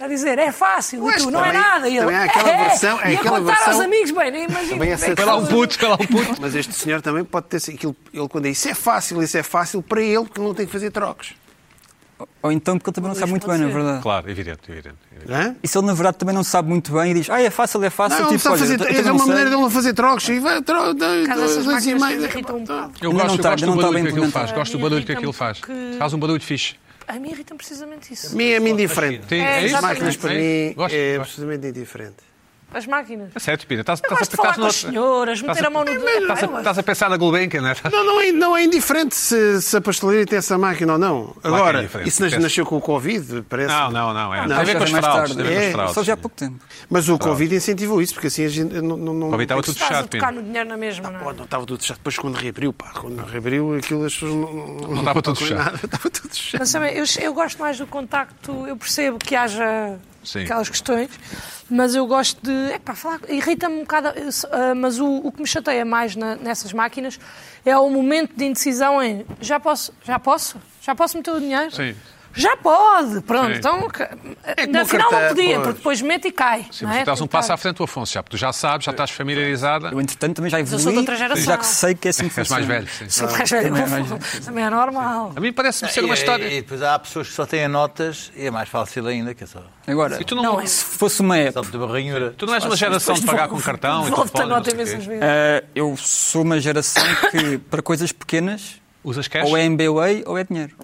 Speaker 4: a dizer, é fácil,
Speaker 2: Ué,
Speaker 4: e tu, não é
Speaker 2: também-
Speaker 4: nada. E ele,
Speaker 2: também há aquela
Speaker 4: "É, é".
Speaker 2: versão- é
Speaker 4: e a
Speaker 2: aquela
Speaker 4: contar aos
Speaker 2: versão-
Speaker 4: amigos, bem, nem imagino.
Speaker 2: Também é
Speaker 4: como que
Speaker 1: Foi lá um
Speaker 4: eles-
Speaker 1: puto, foi lá um puto.
Speaker 2: Mas este senhor também pode ter sido. aquilo- Ele, quando é isso é fácil, isso é fácil para ele, porque não tem que fazer trocos.
Speaker 3: Ou então porque ele também não sabe muito
Speaker 4: pode
Speaker 3: bem, na
Speaker 4: ser.
Speaker 3: verdade.
Speaker 1: Claro, evidente, evidente. evidente.
Speaker 2: Hã?
Speaker 3: E se ele, na verdade, também não sabe muito bem e diz, ah, é fácil, é fácil,
Speaker 2: Não, não
Speaker 3: tipo,
Speaker 2: sabe
Speaker 3: olha,
Speaker 2: fazer.
Speaker 3: eu também
Speaker 2: É
Speaker 3: não
Speaker 2: uma
Speaker 3: sei.
Speaker 2: maneira de ele não fazer trocos. E vai, troca, dois,
Speaker 4: Cada essas
Speaker 2: dois e
Speaker 4: máquinas que me
Speaker 2: meio.
Speaker 4: irritam um bocado.
Speaker 1: Eu
Speaker 3: Ainda
Speaker 1: gosto,
Speaker 3: não
Speaker 1: eu
Speaker 3: tá-
Speaker 1: gosto
Speaker 3: ainda não
Speaker 1: do
Speaker 3: tá
Speaker 1: barulho
Speaker 3: bem
Speaker 1: que aquilo faz.
Speaker 3: implementado.
Speaker 1: Gosto do
Speaker 4: Ah,
Speaker 1: barulho que
Speaker 4: irrita-me
Speaker 1: aquilo faz.
Speaker 4: porque-
Speaker 1: Faz um barulho fixe.
Speaker 4: A mim irrita precisamente isso.
Speaker 2: Mim é-me indiferente.
Speaker 1: tá Tem-
Speaker 4: É,
Speaker 1: isso?
Speaker 2: As
Speaker 4: exatamente.
Speaker 2: máquinas para
Speaker 1: É
Speaker 2: mim
Speaker 1: isso? Gosto,
Speaker 2: é
Speaker 1: gosto.
Speaker 2: absolutamente indiferente.
Speaker 4: As máquinas.
Speaker 1: É certo, Pina. Estás,
Speaker 4: Eu
Speaker 1: estás
Speaker 4: gosto de falar com
Speaker 1: estás
Speaker 4: as senhoras, meter a mão no...
Speaker 1: Estás a,
Speaker 4: Ah, eu
Speaker 1: estás a pensar na Gulbenkian, não é?
Speaker 2: Não, não é, não é indiferente se, se a pastelaria tem essa máquina ou não.
Speaker 1: é
Speaker 2: Agora,
Speaker 1: indiferente,
Speaker 2: isso nas-
Speaker 1: parece.
Speaker 2: nasceu com o Covid, parece.
Speaker 1: Não, não, não. É.
Speaker 3: Ah,
Speaker 1: Tem a ver
Speaker 3: já
Speaker 1: com as
Speaker 3: mais
Speaker 1: fraudes.
Speaker 3: tarde.
Speaker 1: Tem a ver
Speaker 2: É,
Speaker 1: com as
Speaker 3: Só já há
Speaker 1: fraudes.
Speaker 3: pouco tempo.
Speaker 2: Mas o Covid incentivou isso, porque assim a gente não. não, não
Speaker 1: Covid estava
Speaker 2: é que
Speaker 1: tudo
Speaker 2: se-
Speaker 4: Estás a
Speaker 1: Chato,
Speaker 4: tocar
Speaker 1: Pina.
Speaker 4: no dinheiro na mesma, não é?
Speaker 2: Pô, não estava tudo fechado. Depois quando reabriu, pá, quando reabriu aquilo as pessoas não. Não, não
Speaker 1: estava tudo
Speaker 2: foi
Speaker 1: fechado.
Speaker 2: nada, Estava tudo fechado.
Speaker 4: Mas também, eu, eu gosto mais do contacto, eu percebo que haja
Speaker 1: Sim.
Speaker 4: aquelas questões, mas eu gosto de. Epá, falar, irrita-me um bocado, eu sou- ah, mas o, o que me chateia mais na- nessas máquinas é o momento de indecisão em já posso, já posso? Já posso meter o dinheiro?
Speaker 1: Sim.
Speaker 4: Já pode, pronto.
Speaker 1: Sim. É
Speaker 4: Então, que-
Speaker 2: como
Speaker 4: na
Speaker 2: o
Speaker 4: final
Speaker 2: cartão,
Speaker 4: não podia,
Speaker 2: pois.
Speaker 4: porque depois mete e cai.
Speaker 1: Sim,
Speaker 4: não
Speaker 1: mas
Speaker 4: é?
Speaker 1: tu estás um
Speaker 4: Tem que
Speaker 1: passo
Speaker 4: estar.
Speaker 1: à frente do Afonso, já, tu já sabes, já estás familiarizada.
Speaker 3: Eu, entretanto, também já
Speaker 4: sou
Speaker 3: evolui.
Speaker 4: de outra geração.
Speaker 3: Já que sei que é assim que
Speaker 1: És mais
Speaker 3: funciona.
Speaker 1: velho, sim.
Speaker 4: Sou mais velha,
Speaker 3: Também é mais
Speaker 4: confuso. Também é normal.
Speaker 1: A mim parece-me ser
Speaker 5: E-
Speaker 1: uma
Speaker 4: É,
Speaker 5: E,
Speaker 1: história.
Speaker 5: e depois há pessoas que só têm notas e é mais fácil ainda, que é só.
Speaker 3: Agora,
Speaker 1: E tu
Speaker 4: Não,
Speaker 1: não,
Speaker 4: é
Speaker 3: se fosse uma app,
Speaker 5: Só de uma ranhura.
Speaker 1: tu não és um uma geração de pagar com cartão e
Speaker 4: Volta a
Speaker 1: telefone, não
Speaker 4: nota
Speaker 1: sei o quê.
Speaker 4: imensas vezes.
Speaker 3: ah, eu sou uma geração que, para coisas pequenas,
Speaker 1: Usas cash?
Speaker 3: ou é MBWay ou é dinheiro.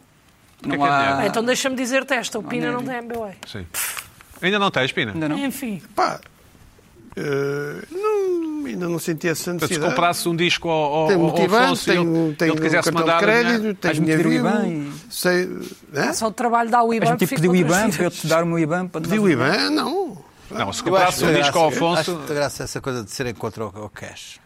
Speaker 1: que é
Speaker 3: Não
Speaker 1: que é
Speaker 3: há...
Speaker 1: dinheiro?
Speaker 4: Ah, então deixa-me dizer-te esta, o Pina
Speaker 3: não
Speaker 4: não
Speaker 3: é.
Speaker 4: tem MBA.
Speaker 1: Sim. Ainda não tens, Pina?
Speaker 3: Ainda não.
Speaker 4: Enfim.
Speaker 2: Pá, eh, não, ainda não senti essa
Speaker 1: Portanto, se
Speaker 2: necessidade.
Speaker 1: comprasse um disco ao, ao,
Speaker 2: Tem
Speaker 1: ao
Speaker 2: multibanco,
Speaker 1: Afonso e ele,
Speaker 2: tem,
Speaker 1: e ele
Speaker 2: tem
Speaker 1: quisesse
Speaker 2: cartão
Speaker 1: mandar
Speaker 2: de crédito, tem
Speaker 3: Vais-me
Speaker 2: dinheiro
Speaker 3: pedir o
Speaker 2: vivo,
Speaker 3: IBAN
Speaker 2: sei... Hã?
Speaker 4: Ah, Só o trabalho dá o IBAN.
Speaker 3: Mas tipo
Speaker 4: fico
Speaker 3: pedir o
Speaker 4: com
Speaker 3: IBAN
Speaker 4: outras
Speaker 3: para eu te dar o meu IBан para
Speaker 2: Pedi o IBAN? Não.
Speaker 1: Não, se
Speaker 5: Eu acho
Speaker 1: comprasse um
Speaker 5: muita
Speaker 1: disco ao
Speaker 5: graça-
Speaker 1: Afonso...
Speaker 5: Acho muita graça essa coisa de serem contra o, o cash.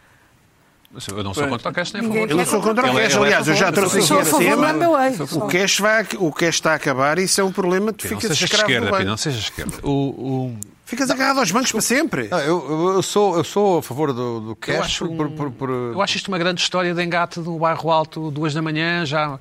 Speaker 1: Eu não sou
Speaker 3: Pois.
Speaker 1: contra o cash nem a
Speaker 4: Ninguém
Speaker 1: favor.
Speaker 2: Eu não sou contra o
Speaker 1: Ele-
Speaker 2: cash,
Speaker 1: ele é
Speaker 2: aliás, eu já
Speaker 1: a favor.
Speaker 2: trouxe
Speaker 4: Eu
Speaker 2: aqui
Speaker 4: sou a
Speaker 2: a
Speaker 4: favor do
Speaker 2: tema.
Speaker 4: MBA.
Speaker 2: O cash, vai, o cash está a acabar e isso é um problema, tu
Speaker 1: Não
Speaker 2: ficas
Speaker 1: seja
Speaker 2: escravo do
Speaker 1: esquerda, Pina,
Speaker 2: banco.
Speaker 1: não seja esquerda. O, o-
Speaker 2: Ficas agarrado aos bancos para sempre.
Speaker 5: Não, eu, eu- eu sou, eu sou a favor do, do cash
Speaker 1: Eu acho, um-
Speaker 5: por, por- por-
Speaker 1: eu acho isto uma grande história de engate do bairro alto, duas da manhã, já,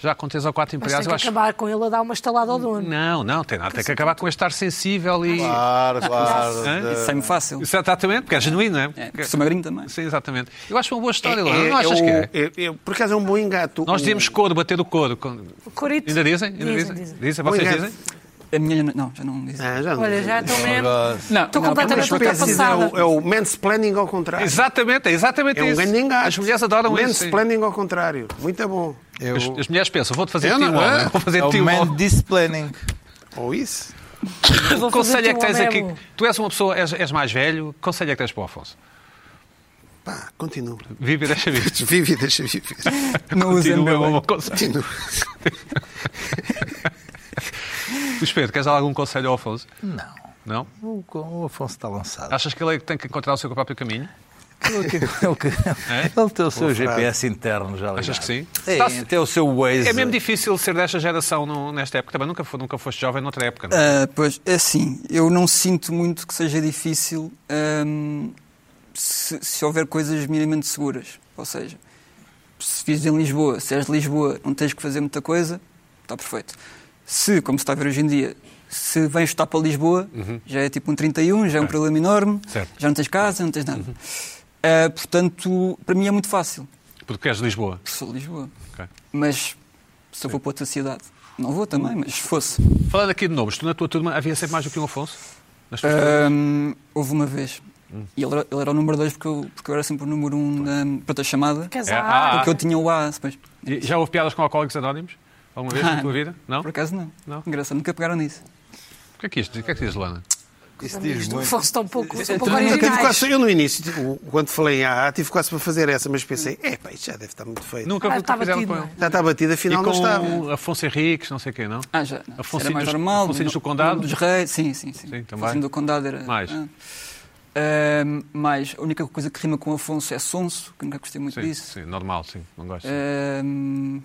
Speaker 1: já com três ou quatro
Speaker 4: Mas tem
Speaker 1: empregados.
Speaker 4: que
Speaker 1: Eu acho... Hum,
Speaker 4: acabar com ele a dar uma estalada ao dono.
Speaker 1: Não, não, tem nada. Tem que acabar com este estar sensível e.
Speaker 6: Claro,
Speaker 1: um
Speaker 6: claro.
Speaker 1: Hã?
Speaker 3: Isso sai-me fácil.
Speaker 1: Isso, Exatamente, porque é genuíno, não é?
Speaker 3: É, porque sou magrinho também.
Speaker 1: Sim, exatamente. Eu acho uma boa história,
Speaker 2: É-
Speaker 1: Laura.
Speaker 2: é-
Speaker 1: não achas
Speaker 2: é
Speaker 1: que
Speaker 2: o-
Speaker 1: é?
Speaker 2: é- é- Por acaso é um bom engato.
Speaker 1: Nós
Speaker 2: O-
Speaker 1: dizemos couro, bater o couro. Con-
Speaker 4: O Corito.
Speaker 1: Ainda dizem? Ainda
Speaker 4: Dizem,
Speaker 1: dizem?
Speaker 4: dizem.
Speaker 1: Dizem? Vocês
Speaker 2: Obrigado.
Speaker 1: dizem?
Speaker 3: A minha não, não, já não diz.
Speaker 2: Ah, já não
Speaker 4: Olha,
Speaker 2: diz.
Speaker 4: já estou
Speaker 5: É
Speaker 4: mesmo.
Speaker 3: Não,
Speaker 4: Estou
Speaker 3: não,
Speaker 4: completamente
Speaker 3: mas-
Speaker 2: Espécie de-
Speaker 4: ultrapassada.
Speaker 2: É o, é o mansplaining ao contrário.
Speaker 1: Exatamente, é exatamente
Speaker 2: É um
Speaker 1: isso.
Speaker 2: grande engate.
Speaker 1: As mulheres adoram isso. sim.
Speaker 2: Mansplaining ao contrário. Muito bom.
Speaker 5: eu-
Speaker 1: As, as mulheres pensam, vou-te fazer
Speaker 2: Eu
Speaker 1: ti um
Speaker 2: não-
Speaker 1: homem,
Speaker 2: é.
Speaker 1: vou fazer
Speaker 5: é
Speaker 1: ti
Speaker 5: o
Speaker 1: um
Speaker 5: man
Speaker 1: homem.
Speaker 5: displaining.
Speaker 2: Ou isso.
Speaker 1: Que
Speaker 4: vou
Speaker 1: conselho é que
Speaker 4: fazer ti um
Speaker 1: tens
Speaker 4: homem,
Speaker 1: aqui?
Speaker 4: é bom.
Speaker 1: Tu és uma pessoa, és, és mais velho, que conselho é que tens para o Afonso?
Speaker 2: Pá, continua.
Speaker 1: Vive e deixa viver.
Speaker 2: Vive e deixa viver.
Speaker 3: Não usem
Speaker 1: Continua, é um
Speaker 3: meu.
Speaker 1: bom conselho.
Speaker 2: Continua.
Speaker 1: Luís Pedro, queres dar algum conselho ao Afonso?
Speaker 5: Não.
Speaker 1: Não?
Speaker 5: O, o Afonso está lançado.
Speaker 1: Achas que ele é que tem que encontrar o seu próprio caminho?
Speaker 5: Ele, que- ele que- ele tem o seu GPS interno já ligado.
Speaker 1: É? Achas que sim?
Speaker 5: É,
Speaker 1: Está-se-
Speaker 5: tem o seu Waze.
Speaker 1: É mesmo difícil ser desta geração no- nesta época. Também nunca, fo- nunca foste jovem noutra época. Não? é?
Speaker 3: Ah, pois, é assim, eu não sinto muito que seja difícil ahm, se, se houver coisas minimamente seguras. Ou seja, se vives em Lisboa, se és de Lisboa, não tens que fazer muita coisa, está perfeito. Se, como se está a ver hoje em dia, se vens estar para Lisboa, já é tipo um 31, já é um problema enorme,
Speaker 1: Uhum. Certo. Uhum.
Speaker 3: já não tens casa, não tens nada. Ah, portanto, para mim é muito fácil,
Speaker 1: Porque és de Lisboa.
Speaker 3: porque sou de Lisboa.
Speaker 1: Ok.
Speaker 3: Mas se eu vou para outra cidade, não vou também, mas se fosse.
Speaker 1: Falando aqui de nomes, tu na tua turma havia sempre mais do que um Afonso? Nas
Speaker 2: É.
Speaker 1: tuas turmas?
Speaker 3: Ahm, houve uma vez.
Speaker 1: Hum.
Speaker 3: E ele era, ele era o número 2 porque eu, porque eu era sempre o número 1 um da- para a chamada.
Speaker 1: ah.
Speaker 4: Casar.
Speaker 3: Porque eu tinha o A, depois.
Speaker 1: E Já houve piadas com alcoólicos anónimos? Alguma vez na
Speaker 2: Ah.
Speaker 1: tua vida? Não?
Speaker 3: Por acaso não.
Speaker 1: Não?
Speaker 3: Engraçado, nunca pegaram nisso.
Speaker 1: O que é que isto? O que é que dizes, Lana?
Speaker 5: Isso diz
Speaker 4: Isto
Speaker 5: muito.
Speaker 4: fosse tão pouco, são pouco
Speaker 2: Eu, tive
Speaker 4: originais.
Speaker 2: quase, eu no início, tipo, quando falei em AA, tive quase para fazer essa, mas pensei, é pá, isto já deve estar muito feio.
Speaker 1: Nunca
Speaker 4: Ah,
Speaker 1: nunca
Speaker 4: estava
Speaker 1: fizeram
Speaker 4: tido,
Speaker 1: com
Speaker 4: não é?
Speaker 1: ele.
Speaker 2: Já está batido,
Speaker 1: E
Speaker 2: afinal não estava.
Speaker 1: com o Afonso Henriques, não sei quem, não?
Speaker 3: Ah, já. não. Isso
Speaker 1: Afonso
Speaker 3: Era mais
Speaker 1: dos-
Speaker 3: normal.
Speaker 1: Afonso
Speaker 3: do-
Speaker 1: dos do Condado?
Speaker 3: Dos Reis, sim, sim. Sim,
Speaker 1: Sim, também.
Speaker 3: Afonso do Condado era.
Speaker 1: Mais.
Speaker 3: Ah. Ahm, mais. A única coisa que rima com Afonso é Sonso, que eu nunca gostei muito
Speaker 1: Sim,
Speaker 3: disso.
Speaker 1: sim, normal, sim. Não gosto.
Speaker 3: Eh, Ahm,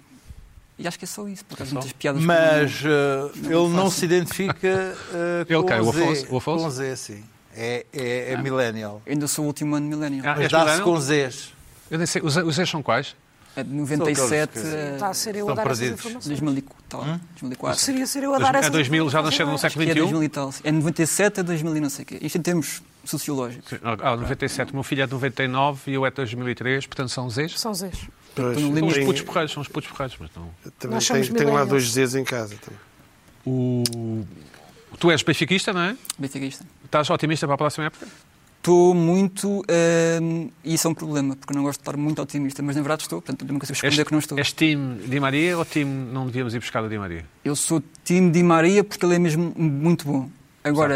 Speaker 3: e acho que é só isso, por acaso muitas piadas. que
Speaker 5: Mas
Speaker 3: não-
Speaker 5: eh, ele não
Speaker 3: faço.
Speaker 5: se identifica eh,
Speaker 1: Ele
Speaker 5: com
Speaker 1: quem? O
Speaker 5: Z,
Speaker 1: Afonso? O Afonso?
Speaker 5: Com Z, sim. É, é, é
Speaker 2: Ah.
Speaker 5: millennial.
Speaker 3: Eu ainda sou o último ano milénio.
Speaker 1: Ah,
Speaker 5: Mas
Speaker 1: és
Speaker 5: dá-se
Speaker 1: millennial?
Speaker 5: com Zs.
Speaker 1: Eu nem sei. Os, os ex são quais?
Speaker 3: É de 97
Speaker 5: Sou
Speaker 3: a
Speaker 4: Está a ser eu a
Speaker 5: Estão
Speaker 4: dar essas
Speaker 5: perdidos.
Speaker 4: informações.
Speaker 3: 2000 e tá qu- tal, 2004.
Speaker 4: Seria ser eu a
Speaker 1: Dois-
Speaker 4: dar
Speaker 1: É
Speaker 4: essas
Speaker 1: 2000, já nasceram no
Speaker 4: informações.
Speaker 1: século um?
Speaker 3: Que é
Speaker 1: XXI?
Speaker 3: 2000 e tal. É 97 a 2000 e não sei o quê. Isto em termos sociológicos.
Speaker 1: Ah, 97. O meu filho é de 99 e eu é de 2003, portanto são Zs.
Speaker 4: São Zés.
Speaker 2: Pois,
Speaker 3: Estou no
Speaker 1: São
Speaker 3: limite.
Speaker 1: os
Speaker 2: tenho-
Speaker 1: putos porreiros, são os putos porreiros, mas não...
Speaker 2: também
Speaker 4: Nós somos
Speaker 2: tenho, tenho lá
Speaker 4: millennials.
Speaker 2: dois Zs em casa. também.
Speaker 1: O... Tu és benfiquista, não é?
Speaker 3: Benfiquista.
Speaker 1: Estás otimista para a próxima época?
Speaker 3: Estou muito. hum, e isso é um problema, porque eu não gosto de estar muito otimista, mas na verdade estou. Portanto, eu nunca sei esconder que não estou.
Speaker 1: és time Di Maria ou time não devíamos ir buscar o Di Maria?
Speaker 3: Eu sou time Di Maria porque ele é mesmo muito bom. Agora,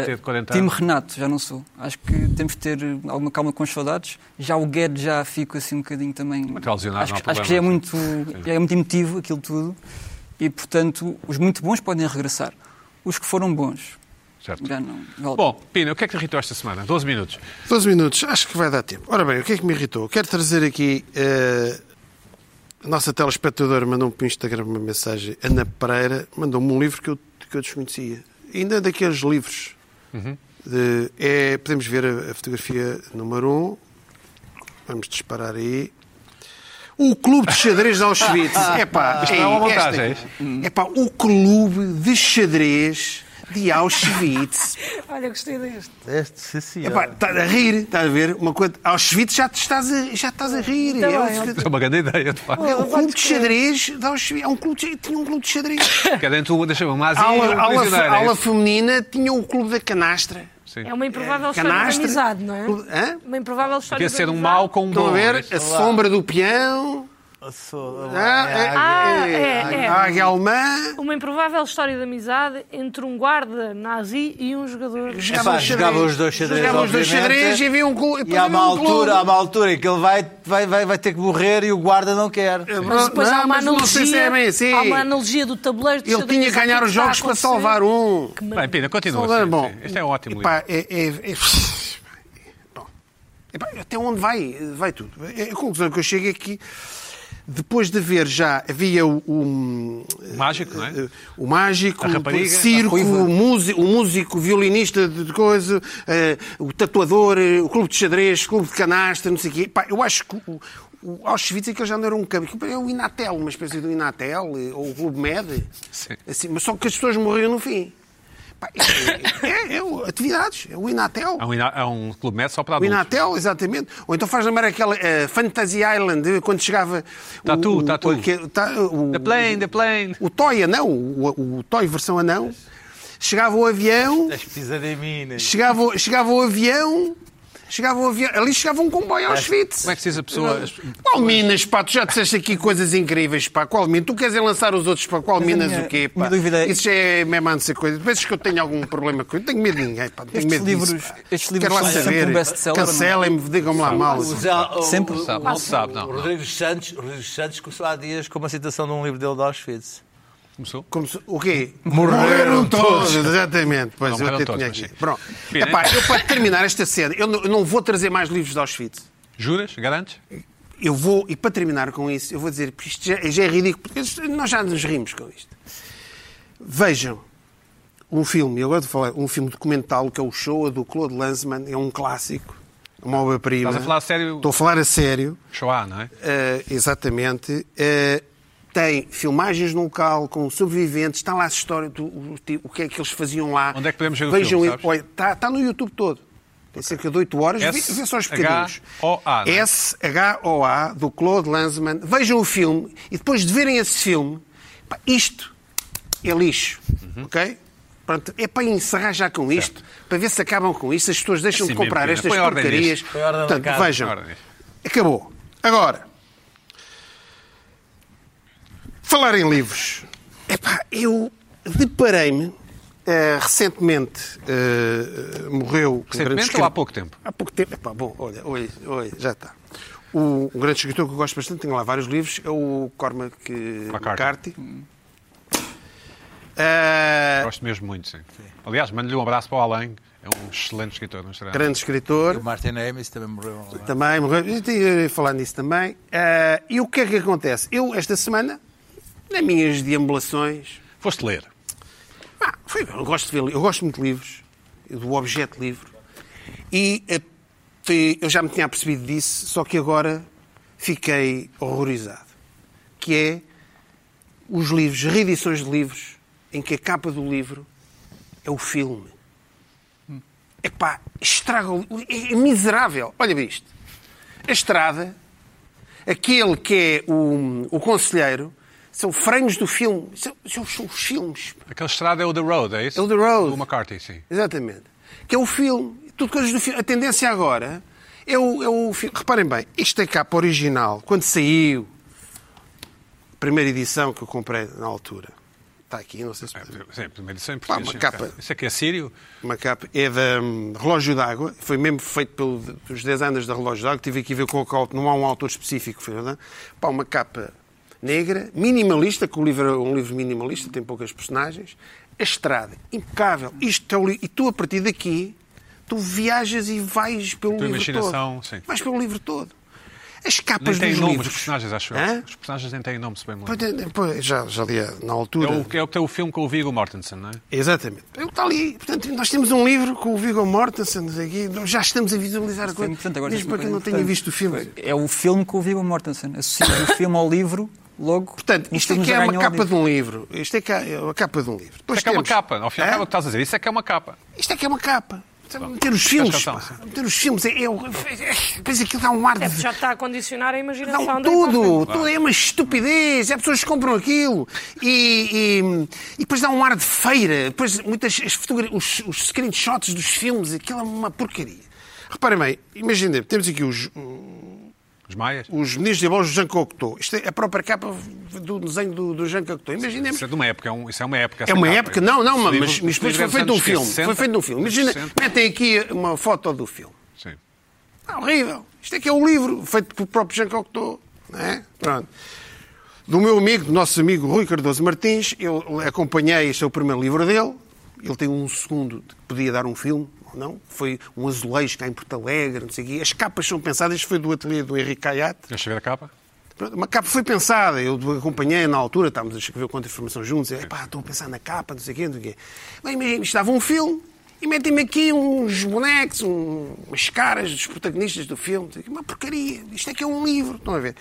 Speaker 1: Apesar de ter 40
Speaker 3: time
Speaker 1: anos.
Speaker 3: Renato, já não sou. Acho que temos de ter hum, alguma calma com as saudades. Já o Guedes já fico assim um bocadinho também.
Speaker 1: está lesionado,
Speaker 3: acho,
Speaker 1: não há
Speaker 3: que- acho
Speaker 1: problema.
Speaker 3: que já é muito, já é muito emotivo aquilo tudo. E, portanto, os muito bons podem regressar. Os que foram bons
Speaker 1: Certo.
Speaker 3: já não voltam.
Speaker 1: Bom, Pina, o que é que te irritou esta semana? 12 minutos.
Speaker 2: 12 minutos, acho que vai dar tempo. Ora bem, o que é que me irritou? Quero trazer aqui. eh, a nossa telespectadora mandou-me para o Instagram uma mensagem. Ana Pereira mandou-me um livro que eu, que eu desconhecia. Ainda é daqueles livros.
Speaker 1: Uhum.
Speaker 2: De- é, podemos ver a, a fotografia número 1. Um. Vamos disparar aí. O Clube de Xadrez de Auschwitz. Epá,
Speaker 1: Isto não é uma
Speaker 2: ei,
Speaker 1: montagem,
Speaker 2: esta- Epá, o Clube de Xadrez de Auschwitz.
Speaker 4: Olha, gostei deste.
Speaker 5: Este, sim, sim.
Speaker 2: Epá,
Speaker 4: É.
Speaker 2: está a rir, está a ver? Uma coisa, aos Auschwitz já te estás a, já estás a rir.
Speaker 4: Tá
Speaker 2: é,
Speaker 4: bem,
Speaker 2: um,
Speaker 1: É uma grande ideia, de facto.
Speaker 2: é um clube de xadrez, de Auschwitz, é um clube de, tinha um clube de xadrez.
Speaker 1: Que é dentro do. Deixa-me, mas
Speaker 2: A aula,
Speaker 1: um
Speaker 2: aula-
Speaker 1: prisioneiro, é
Speaker 2: aula
Speaker 1: isso?
Speaker 2: feminina tinha o clube da canastra.
Speaker 1: Sim.
Speaker 4: É uma improvável história de
Speaker 2: Canastra.
Speaker 4: amizade, não é?
Speaker 2: Clube- Hã?
Speaker 4: Uma improvável história
Speaker 1: Podia
Speaker 4: de
Speaker 1: ser um
Speaker 4: amizade.
Speaker 1: mau com um
Speaker 2: Estão
Speaker 1: bom.
Speaker 2: a ver? é-
Speaker 1: isso.
Speaker 2: A sombra do peão. Ah, é,
Speaker 4: Ah,
Speaker 2: é,
Speaker 4: é,
Speaker 2: a
Speaker 4: é.
Speaker 2: águia alemã.
Speaker 4: Uma improvável história de amizade entre um guarda nazi e um
Speaker 1: É
Speaker 4: jogador.
Speaker 2: Jogavam
Speaker 5: Epá, jogavam os dois xadrez,
Speaker 2: Jogavam os dois
Speaker 5: obviamente.
Speaker 2: xadrez e havia um clube.
Speaker 5: E há uma altura, há uma altura em que ele vai, vai, vai, vai ter que morrer e o guarda não quer.
Speaker 4: Mas depois há uma analogia.
Speaker 2: Não sei se é bem assim.
Speaker 4: Há uma analogia do tabuleiro de
Speaker 2: Ele
Speaker 4: xadrez
Speaker 2: tinha que ganhar
Speaker 4: àquilo
Speaker 2: os
Speaker 4: que está
Speaker 2: jogos
Speaker 4: a
Speaker 2: para
Speaker 4: acontecer.
Speaker 2: salvar um.
Speaker 4: Que maravilha.
Speaker 1: Bem, Pina, continua.
Speaker 2: Salvador,
Speaker 1: sim,
Speaker 2: bom.
Speaker 1: sim. Este é um ótimo
Speaker 2: Epá,
Speaker 1: livro.
Speaker 2: é- é- é- Bom. Epá, até onde vai, vai tudo. A conclusão que eu chego é que depois de ver já, havia o, o-
Speaker 1: Mágico, não é?
Speaker 2: o mágico,
Speaker 1: A rapariga,
Speaker 2: o circo,
Speaker 3: a ruiva.
Speaker 2: o músico, o músico, o violinista de de coisa, eh, o tatuador, eh, o clube de xadrez, o clube de canasta, não sei o quê. Pá, eu acho que o, o Auschwitz aquilo já não era um campo. Aquilo É o Inatel, uma espécie do Inatel, eh, ou o Clube Med.
Speaker 1: Sim.
Speaker 2: Assim, mas só que as pessoas morriam no fim. Pá, é, é, é o- atividades, é o Inatel.
Speaker 1: Há um, ina- há um clube médio só para
Speaker 2: O
Speaker 1: adultos.
Speaker 2: Inatel, exatamente. Ou então faz lembrar aquela eh, Fantasy Island, eh, quando chegava.
Speaker 1: Tá
Speaker 2: o-
Speaker 1: tu,
Speaker 2: o-
Speaker 1: tá tu.
Speaker 2: aque- tá, o-
Speaker 1: The plane, the plane.
Speaker 2: O Toy anão, o, o Toy versão anão. Chegava o avião,
Speaker 5: As pisadaminhas.
Speaker 2: chegava, o- chegava o avião, chegava o avião. Ali chegava um comboio ao Auschwitz.
Speaker 1: Como é que se diz a pessoa?
Speaker 2: Qual Minas, pá? Tu já disseste aqui coisas incríveis, pá. Qual Minas? Tu queres é lançar os outros, pá? Qual
Speaker 3: Mas a
Speaker 2: Minas
Speaker 3: minha-
Speaker 2: o quê, pá?
Speaker 3: minha dúvida é-
Speaker 2: Isso já é mesmo a não ser coisa. Pensas que eu tenho algum problema com isso? Tenho medo de ninguém, pá. Tenho
Speaker 3: Estes
Speaker 2: medo disso,
Speaker 3: livros-
Speaker 2: pá.
Speaker 3: estes
Speaker 2: Quero
Speaker 3: livros
Speaker 2: lá
Speaker 3: são sempre
Speaker 2: saber.
Speaker 3: um best-seller, não é?
Speaker 2: Cancelem-me, digam-me lá mal.
Speaker 3: Sempre.
Speaker 1: sabe, não se sabe, não,
Speaker 5: O
Speaker 1: não.
Speaker 5: Rodrigo Santos, o Rodrigo Santos começou há dias com uma citação de um livro dele de Auschwitz.
Speaker 1: Começou?
Speaker 2: Como se- o quê?
Speaker 5: Morreram todos.
Speaker 2: Exatamente. Pois
Speaker 1: Não,
Speaker 2: eu
Speaker 1: morreram
Speaker 2: até
Speaker 1: todos,
Speaker 2: tinha
Speaker 1: mas
Speaker 2: aqui.
Speaker 1: sim. né?
Speaker 2: Pronto.
Speaker 1: Pina.
Speaker 2: Epá, eu para terminar esta cena, eu não, eu não vou trazer mais livros de Auschwitz.
Speaker 1: Juras? Garantes?
Speaker 2: Eu vou, e para terminar com isso, eu vou dizer, porque isto já, já é ridículo, porque isto- nós já nos rimos com isto. Vejam um filme, eu agora vou falar, um filme documental que é o Show do Claude Lanzmann, é um clássico, uma obra-prima.
Speaker 1: Estás a falar a sério?
Speaker 2: Estou a falar a sério.
Speaker 1: Shoah, não é?
Speaker 2: Uh, exatamente. Uh, tem filmagens no local com sobreviventes, está lá a história do o, tipo, o que é que eles faziam lá.
Speaker 1: Onde é que podemos ver o
Speaker 2: Vejam
Speaker 1: filme,
Speaker 2: e-
Speaker 1: sabes?
Speaker 2: olha, está, está no YouTube todo. Tem cerca de 8 horas.
Speaker 1: S-
Speaker 2: Vê, vê só os
Speaker 1: H-
Speaker 2: pequeninos.
Speaker 1: O- A, não é?
Speaker 2: S-H-O-A, do Claude Lanzmann. Vejam o filme e depois de verem esse filme, pá, isto é lixo.
Speaker 1: Uhum.
Speaker 2: Ok? Pronto, é para encerrar já com isto, para ver se acabam com isto, as pessoas deixam
Speaker 1: Sim,
Speaker 2: de comprar
Speaker 1: Assim mesmo, Pina.
Speaker 2: estas
Speaker 1: Põe ordem
Speaker 2: porcarias.
Speaker 1: nisto.
Speaker 5: Põe ordem na
Speaker 2: Portanto,
Speaker 5: casa.
Speaker 2: vejam.
Speaker 1: Põe ordem nisto.
Speaker 2: Acabou. Agora, falar em livros. Epá, eu deparei-me eh, recentemente, eh, eh, morreu... um grande
Speaker 1: Recentemente ou
Speaker 2: escritor-
Speaker 1: há pouco tempo?
Speaker 2: Há pouco tempo. Epá, bom, olha, olha, olha já está. O, um grande escritor que eu gosto bastante, tenho lá vários livros, é o Cormac eh,
Speaker 1: McCarthy.
Speaker 2: McCarthy. Eh,
Speaker 1: Gosto mesmo muito, sim. Aliás, mando-lhe um abraço para o Alain. É um excelente escritor, não será?
Speaker 2: grande escritor.
Speaker 5: O Martin Amis também morreu. não é?
Speaker 2: Também morreu. Eu te- eu ia falar nisso também. Ah, e o que é que acontece? Eu, esta semana, nas minhas deambulações,
Speaker 1: Foste ler.
Speaker 2: ah, foi, eu gosto de ver, li- eu gosto muito de livros, do objeto livro, e eh, fui- eu já me tinha apercebido disso, só que agora fiquei horrorizado, que é os livros, reedições de livros, em que a capa do livro é o filme. Epá, estraga o é, é miserável. Olha bem isto. A estrada, aquele que é o, o conselheiro, são frangos do filme. São, são, são os filmes.
Speaker 1: Aquela estrada é o The Road, é isso?
Speaker 2: É o The Road.
Speaker 1: Do McCarthy, sim.
Speaker 2: Exatamente. Que é o filme. Tudo coisas do filme. A tendência agora é o, é o filme. Reparem bem, isto é capa original. Quando saiu, primeira edição que eu comprei na altura. Está aqui, não sei se.
Speaker 1: Sim, primeiro isso é em
Speaker 2: Pá,
Speaker 1: português.
Speaker 2: uma
Speaker 1: sim,
Speaker 2: capa.
Speaker 1: ok. Isso aqui é sírio?
Speaker 2: Uma capa. É da hum, Relógio d'Água. Foi mesmo feito pelo, pelos designers da Relógio d'Água. Tive aqui a ver com o qual não há um autor específico. Foi, não é? Pá, uma capa negra, minimalista, que o livro é um livro minimalista, tem poucas personagens. A estrada, impecável. Isto é o li- E tu, a partir daqui, tu viajas e vais pelo
Speaker 1: tua
Speaker 2: livro
Speaker 1: imaginação,
Speaker 2: todo.
Speaker 1: sim.
Speaker 2: Vais pelo livro todo. As
Speaker 1: Nem
Speaker 2: capas
Speaker 1: têm
Speaker 2: dos
Speaker 1: nome
Speaker 2: livros.
Speaker 1: os personagens, acho
Speaker 2: Hã?
Speaker 1: eu. Os personagens nem têm nome, se bem me
Speaker 2: Pois,
Speaker 1: lembro.
Speaker 2: é, pois, já, já li na
Speaker 1: É
Speaker 2: altura.
Speaker 1: o, é o que tem o filme com o Viggo Mortensen, não é?
Speaker 2: Exatamente. Ele está ali. Portanto, nós temos um livro com o Viggo Mortensen aqui. Nós já estamos a visualizar a
Speaker 3: Foi
Speaker 2: coisa.
Speaker 3: importante agora
Speaker 2: mesmo
Speaker 3: disse uma
Speaker 2: para quem
Speaker 1: um
Speaker 3: coisa
Speaker 2: não tenha
Speaker 3: importante.
Speaker 2: visto o filme.
Speaker 3: É o filme com o Viggo Mortensen. Associa o filme ao livro, logo.
Speaker 2: Portanto,
Speaker 3: o
Speaker 2: isto
Speaker 3: filme
Speaker 2: aqui é
Speaker 3: já
Speaker 2: uma
Speaker 3: ganhou
Speaker 2: capa
Speaker 3: ódio.
Speaker 2: de um livro. Isto é ca- é a capa de um livro. Depois
Speaker 1: Isso é que é uma
Speaker 2: temos-
Speaker 1: capa. Ao final,
Speaker 2: Hã?
Speaker 1: é o que estás a dizer. Isso é que é uma capa.
Speaker 2: Isto é que é uma capa. Meter os filmes.
Speaker 1: razão,
Speaker 2: pá.
Speaker 1: sim.
Speaker 2: Meter os filmes. É, é, o- é- depois aquilo dá um ar
Speaker 4: É porque
Speaker 2: de.
Speaker 4: já está a condicionar a imaginação.
Speaker 2: Não,
Speaker 4: daí para a frente.
Speaker 2: tudo, tudo é uma estupidez. É pessoas que compram aquilo e, e, e depois dá um ar de feira. Depois muitas as fotogra- os, os screenshots dos filmes, aquilo é uma porcaria. Reparem bem, imaginem, temos aqui os,
Speaker 1: Os maias.
Speaker 2: os meninos de Abons do Jean Cocteau. Isto é a própria capa do desenho do, do Jean Cocteau. Imaginemos.
Speaker 1: Isso é de uma época. É um- isso é uma época.
Speaker 2: É
Speaker 1: essa
Speaker 2: uma
Speaker 1: capa.
Speaker 2: época, não, não,
Speaker 1: Esse
Speaker 2: mas, mas,
Speaker 1: livro- esse
Speaker 2: depois
Speaker 1: livro é
Speaker 2: foi
Speaker 1: dos
Speaker 2: feito um
Speaker 1: anos
Speaker 2: filme.
Speaker 1: 60.
Speaker 2: Foi feito um filme. Imagina,
Speaker 1: 60.
Speaker 2: metem aqui uma foto do filme.
Speaker 1: Sim.
Speaker 2: Ah, horrível. Isto é que é um livro feito pelo próprio Jean Cocteau. Não é? Pronto. Do meu amigo, do nosso amigo Rui Cardoso Martins, eu acompanhei, este é o primeiro livro dele. Ele tem um segundo de que podia dar um filme, não? Foi um azulejo cá em Porto Alegre, não sei o quê. As capas são pensadas, foi do ateliê do Henrique Caiate.
Speaker 1: Deixa eu ver a capa.
Speaker 2: Pronto, Uma capa foi pensada, eu acompanhei na altura, estávamos a escrever contra informação juntos, e, pá, estou a pensar na capa, não sei o quê, não sei o quê. Bem, imagina, estava um filme e metem-me aqui uns bonecos, um- umas caras dos protagonistas do filme, não sei o quê. uma porcaria, isto é que é um livro, estão a ver.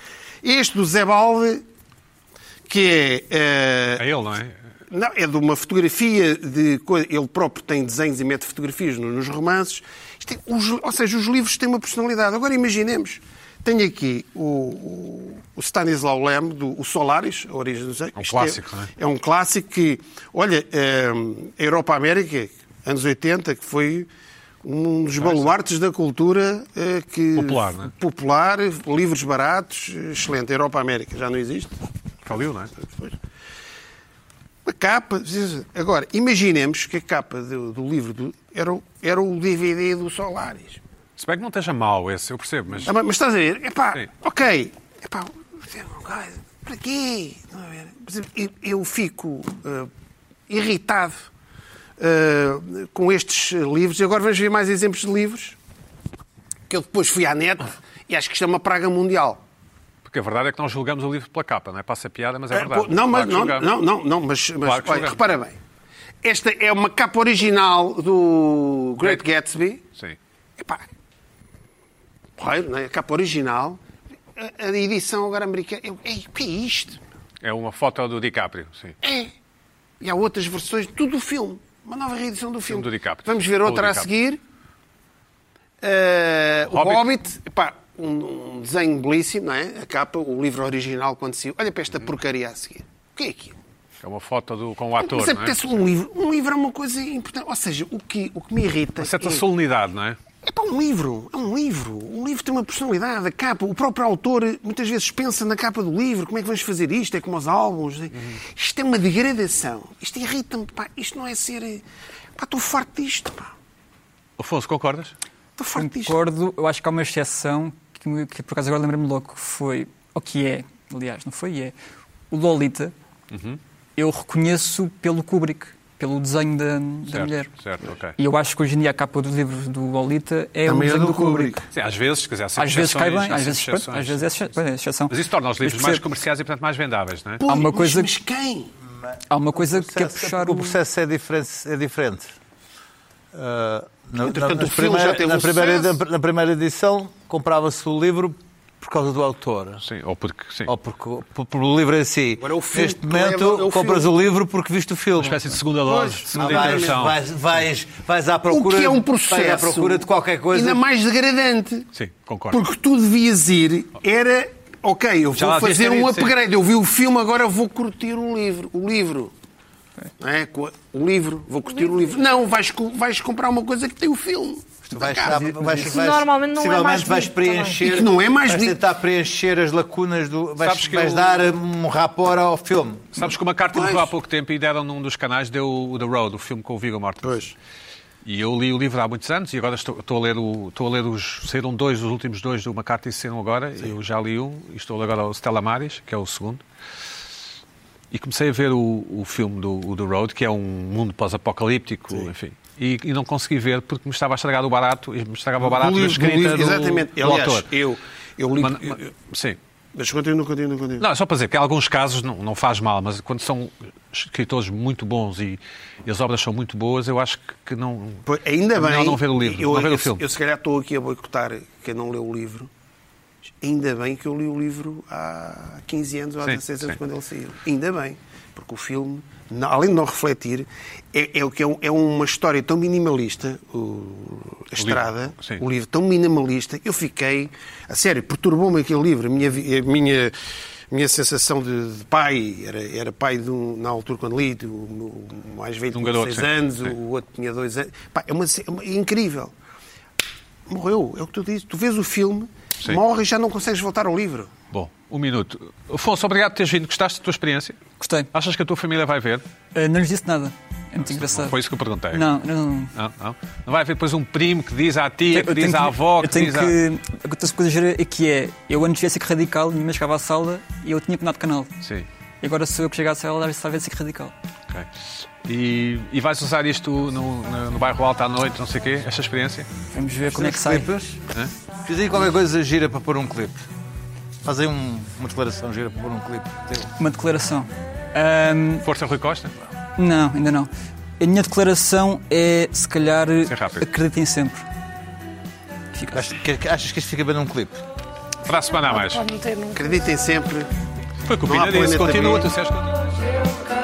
Speaker 2: Este do Zé Balde, que é. eh,
Speaker 1: É ele, não é?
Speaker 2: não, é de uma fotografia de coisa. Ele próprio tem desenhos e mete fotografias no- nos romances. Isto é- os- ou seja, os livros têm uma personalidade. Agora imaginemos. Tenho aqui o, o, o Stanislau Lem, do o Solaris, a origem do Zé.
Speaker 1: É um clássico, não é?
Speaker 2: É um clássico que, olha, eh, a Europa-América, anos 80, que foi um dos baluartes da cultura eh, que
Speaker 1: Popular, não é?
Speaker 2: popular, livros baratos, eh, excelente. A Europa-América já não existe.
Speaker 1: Faliu, não é?
Speaker 2: Uma capa. Agora, imaginemos que a capa do, do livro do- era, o- era o DVD do Solaris.
Speaker 1: Se bem que não esteja mau esse, eu percebo, mas
Speaker 2: Ah, mas, mas estás a ver? Epá,
Speaker 1: Sim.
Speaker 2: ok. Epá, é uma coisa, para quê? Não é? Por exemplo, eu, eu fico ah, irritado ah, com estes livros. E agora vamos ver mais exemplos de livros que eu depois fui à net e acho que isto é uma praga mundial.
Speaker 1: porque a verdade é que nós julgamos o livro pela capa, não é? Passa a piada, mas é
Speaker 2: É,
Speaker 1: verdade.
Speaker 2: pô, não, mas,
Speaker 1: Claro que
Speaker 2: não,
Speaker 1: julgamos.
Speaker 2: não, não, não, mas, mas
Speaker 1: Claro que
Speaker 2: olha,
Speaker 1: julgamos.
Speaker 2: repara bem. Esta é uma capa original do Great
Speaker 1: Great-
Speaker 2: Gatsby.
Speaker 1: Sim.
Speaker 2: Epá, porreiro, não é? A capa original. A, a edição agora americana. Eu, ei, o que é isto?
Speaker 1: É uma foto do DiCaprio, sim.
Speaker 2: É. E há outras versões de tudo o filme. Uma nova reedição do filme.
Speaker 1: do DiCaprio.
Speaker 2: Vamos ver
Speaker 1: Ou
Speaker 2: outra a
Speaker 1: DiCaprio.
Speaker 2: seguir. Eh, o
Speaker 1: Hobbit.
Speaker 2: Hobbit. Epá, um, um desenho belíssimo, não é? A capa, o livro original quando saiu. Olha para esta
Speaker 1: Uhum.
Speaker 2: porcaria a seguir. O que é aquilo?
Speaker 1: É uma foto do, com o ator,
Speaker 2: Mas
Speaker 1: não é?
Speaker 2: apetece um livro. Um livro é uma coisa importante. Ou seja, o que, o que me irrita.
Speaker 1: Uma certa
Speaker 2: é-
Speaker 1: solenidade, não é?
Speaker 2: é para um livro, é um livro. Um livro tem uma personalidade, a capa. O próprio autor eh, muitas vezes pensa na capa do livro, como é que vamos fazer isto, é como aos álbuns. Isto é uma degradação. Isto irrita-me, pá. Isto não é ser... eh, Pá, estou farto disto, pá.
Speaker 1: Afonso, concordas?
Speaker 2: Estou farto disto.
Speaker 3: Concordo, eu acho que há uma exceção que, me- que por acaso agora lembro-me logo que foi, ou que é, aliás, não foi, é o Lolita.
Speaker 1: Uhum.
Speaker 3: Eu reconheço pelo Kubrick, pelo desenho da, da
Speaker 1: Certo,
Speaker 3: mulher.
Speaker 1: certo, ok.
Speaker 3: E eu acho que hoje em dia a capa dos livros do Lolita é
Speaker 2: Também
Speaker 3: o
Speaker 2: é
Speaker 3: desenho
Speaker 2: do
Speaker 3: do Kubrick.
Speaker 2: Kubrick.
Speaker 1: Sim, às vezes, quer dizer, há sempre
Speaker 3: Às vezes cai
Speaker 1: exceções,
Speaker 3: bem,
Speaker 1: há
Speaker 3: às
Speaker 1: sempre
Speaker 3: vezes, pronto,
Speaker 1: exceções.
Speaker 3: às vezes é exce- pronto, é exceção.
Speaker 1: Mas isso torna os livros
Speaker 3: Mas
Speaker 1: mais
Speaker 3: percebe-
Speaker 1: comerciais e, portanto, mais vendáveis, não é?
Speaker 2: Pô,
Speaker 3: Há uma
Speaker 2: mas-
Speaker 3: coisa-
Speaker 2: Mas quem?
Speaker 3: Há uma coisa
Speaker 5: O
Speaker 3: que é
Speaker 5: processo-
Speaker 3: puxar
Speaker 5: O processo é diferente. É diferente. Ah, na,
Speaker 2: Entretanto,
Speaker 5: nas
Speaker 2: o filme já
Speaker 5: primeira-
Speaker 2: teve
Speaker 5: na
Speaker 2: um
Speaker 5: primeira,
Speaker 2: sucesso.
Speaker 5: na, na primeira edição comprava-se o livro por causa do autor.
Speaker 1: Sim, ou porque, sim.
Speaker 5: Ou porque, por, por o livro em si.
Speaker 2: Agora, o filme
Speaker 5: Neste
Speaker 2: que
Speaker 5: momento
Speaker 2: leva é o
Speaker 5: compras
Speaker 2: filme.
Speaker 5: o livro porque viste o
Speaker 1: Uma
Speaker 5: filme.
Speaker 1: espécie de segunda dose,
Speaker 2: Pois.
Speaker 5: Ah,
Speaker 1: segunda
Speaker 5: vais,
Speaker 1: intervenção.
Speaker 5: vais, vais, vais à procura,
Speaker 2: o que é um
Speaker 5: vais
Speaker 2: processo
Speaker 5: à procura de qualquer coisa.
Speaker 2: ainda mais degradante.
Speaker 1: Sim, concordo.
Speaker 2: Porque tu devias ir, era, ok, eu
Speaker 1: Já lá
Speaker 2: vou
Speaker 1: devias
Speaker 2: fazer
Speaker 1: ter
Speaker 2: um
Speaker 1: ido, sim.
Speaker 2: upgrade, eu vi o filme, agora vou curtir o livro. O livro. Não é? Co- O livro, vou curtir o livro. Não, vais, co- vais comprar uma coisa que tem o filme.
Speaker 5: Tu
Speaker 2: Da
Speaker 5: vais,
Speaker 2: capa.
Speaker 5: vais, vais,
Speaker 4: isso normalmente não é mais
Speaker 5: possivelmente vais
Speaker 4: bonito também.
Speaker 5: preencher,
Speaker 2: E que não é mais
Speaker 5: vais
Speaker 2: bonito.
Speaker 5: tentar preencher as lacunas do. Vais,
Speaker 1: Sabes que
Speaker 5: vais
Speaker 1: eu-
Speaker 5: dar um rapor ao filme.
Speaker 1: Sabes que uma carta
Speaker 2: Pois.
Speaker 1: morreu há pouco tempo e deram num dos canais, deu o The Road, o filme com o Viggo Mortensen.
Speaker 2: Pois.
Speaker 1: E eu li o livro há muitos anos e agora estou, estou a ler o, estou a ler os. Saíram dois, os últimos dois do Macarte e saíram agora. Eu já li um e estou a ler agora o Stella Maris, que é o segundo. E comecei a ver o, o filme do o The Road, que é um mundo pós-apocalíptico, enfim. E, e não consegui ver porque me estava a estragar o barato, e me estragava o barato
Speaker 2: Do
Speaker 1: da
Speaker 2: livro, do
Speaker 1: escrita
Speaker 2: livro,
Speaker 1: do,
Speaker 2: exatamente.
Speaker 1: do
Speaker 2: Aliás,
Speaker 1: autor.
Speaker 2: eu, eu li.
Speaker 1: Mas- mas- sim.
Speaker 2: Mas continuo, continuo, continuo.
Speaker 1: Não, é só para dizer que em alguns casos não, não faz mal, mas quando são escritores muito bons e, e as obras são muito boas, eu acho que, que não.
Speaker 2: Pois, ainda
Speaker 1: é melhor
Speaker 2: bem.
Speaker 1: não ver o livro,
Speaker 2: eu,
Speaker 1: não ver o
Speaker 2: eu-
Speaker 1: filme.
Speaker 2: Eu se calhar estou aqui a boicotar quem não leu o livro. Ainda bem que eu li o livro há 15 anos ou há
Speaker 1: Sim,
Speaker 2: 16 anos
Speaker 1: sim.
Speaker 2: quando ele saiu. Ainda bem. Porque o filme, na- além de não refletir, é, é, o que é, um- é uma história tão minimalista, o, a Estrada,
Speaker 1: sim.
Speaker 2: o livro tão minimalista, eu fiquei, a sério, perturbou-me aquele livro. A minha, vi- a minha, a minha sensação de, de pai, era, era pai de um- na altura quando li, do- o meu mais velho
Speaker 1: De um
Speaker 2: tinha
Speaker 1: garoto,
Speaker 2: 16
Speaker 1: sim.
Speaker 2: anos,
Speaker 1: Sim.
Speaker 2: o outro tinha dois anos. Pá, é, uma, ce- é uma- é incrível. Morreu, é o que tu dizes. Tu vês o filme,
Speaker 1: Sim.
Speaker 2: morre e já não consegues voltar ao livro.
Speaker 1: Bom, um minuto. Afonso, obrigado por teres vindo. Gostaste da tua experiência?
Speaker 3: Gostei.
Speaker 1: Achas que a tua família vai ver?
Speaker 3: Ah, não lhes disse nada. É muito engraçado.
Speaker 1: Não foi isso que eu perguntei.
Speaker 3: Não, não, não.
Speaker 1: Não, não. Não vai haver depois um primo que diz à tia, que
Speaker 3: Eu tenho
Speaker 1: diz à avó, que
Speaker 3: eu tenho
Speaker 1: diz à.
Speaker 3: que. Acontece coisa gira é que é. Eu antes ia ser radical, minha mãe chegava à sala e eu tinha que mudar de canal.
Speaker 1: Sim.
Speaker 3: E agora sou eu que chego à sala e às vezes sabe ser radical.
Speaker 1: Ok. E, e vais usar isto no, no, no bairro alto à noite, não sei o quê, esta experiência?
Speaker 3: Vamos ver como é que sai.
Speaker 5: Fiz aí qualquer coisa gira para pôr um clipe. Faz aí um- uma declaração gira para pôr um clipe. teu.
Speaker 3: Uma declaração. Ahm,
Speaker 1: Força Rui Costa?
Speaker 3: Não, ainda não. A minha declaração é, se calhar,
Speaker 1: rápido.
Speaker 3: acreditem sempre. Fica
Speaker 5: Achas que, achas que isto fica bem num clipe?
Speaker 1: Para a semana a mais.
Speaker 4: Pode meter num
Speaker 2: Acreditem sempre.
Speaker 1: Foi o que o
Speaker 2: Não há
Speaker 1: Pina disse.
Speaker 2: planeta
Speaker 1: Continua,
Speaker 2: B.
Speaker 1: tu Sérgio, continua.
Speaker 6: Eu quero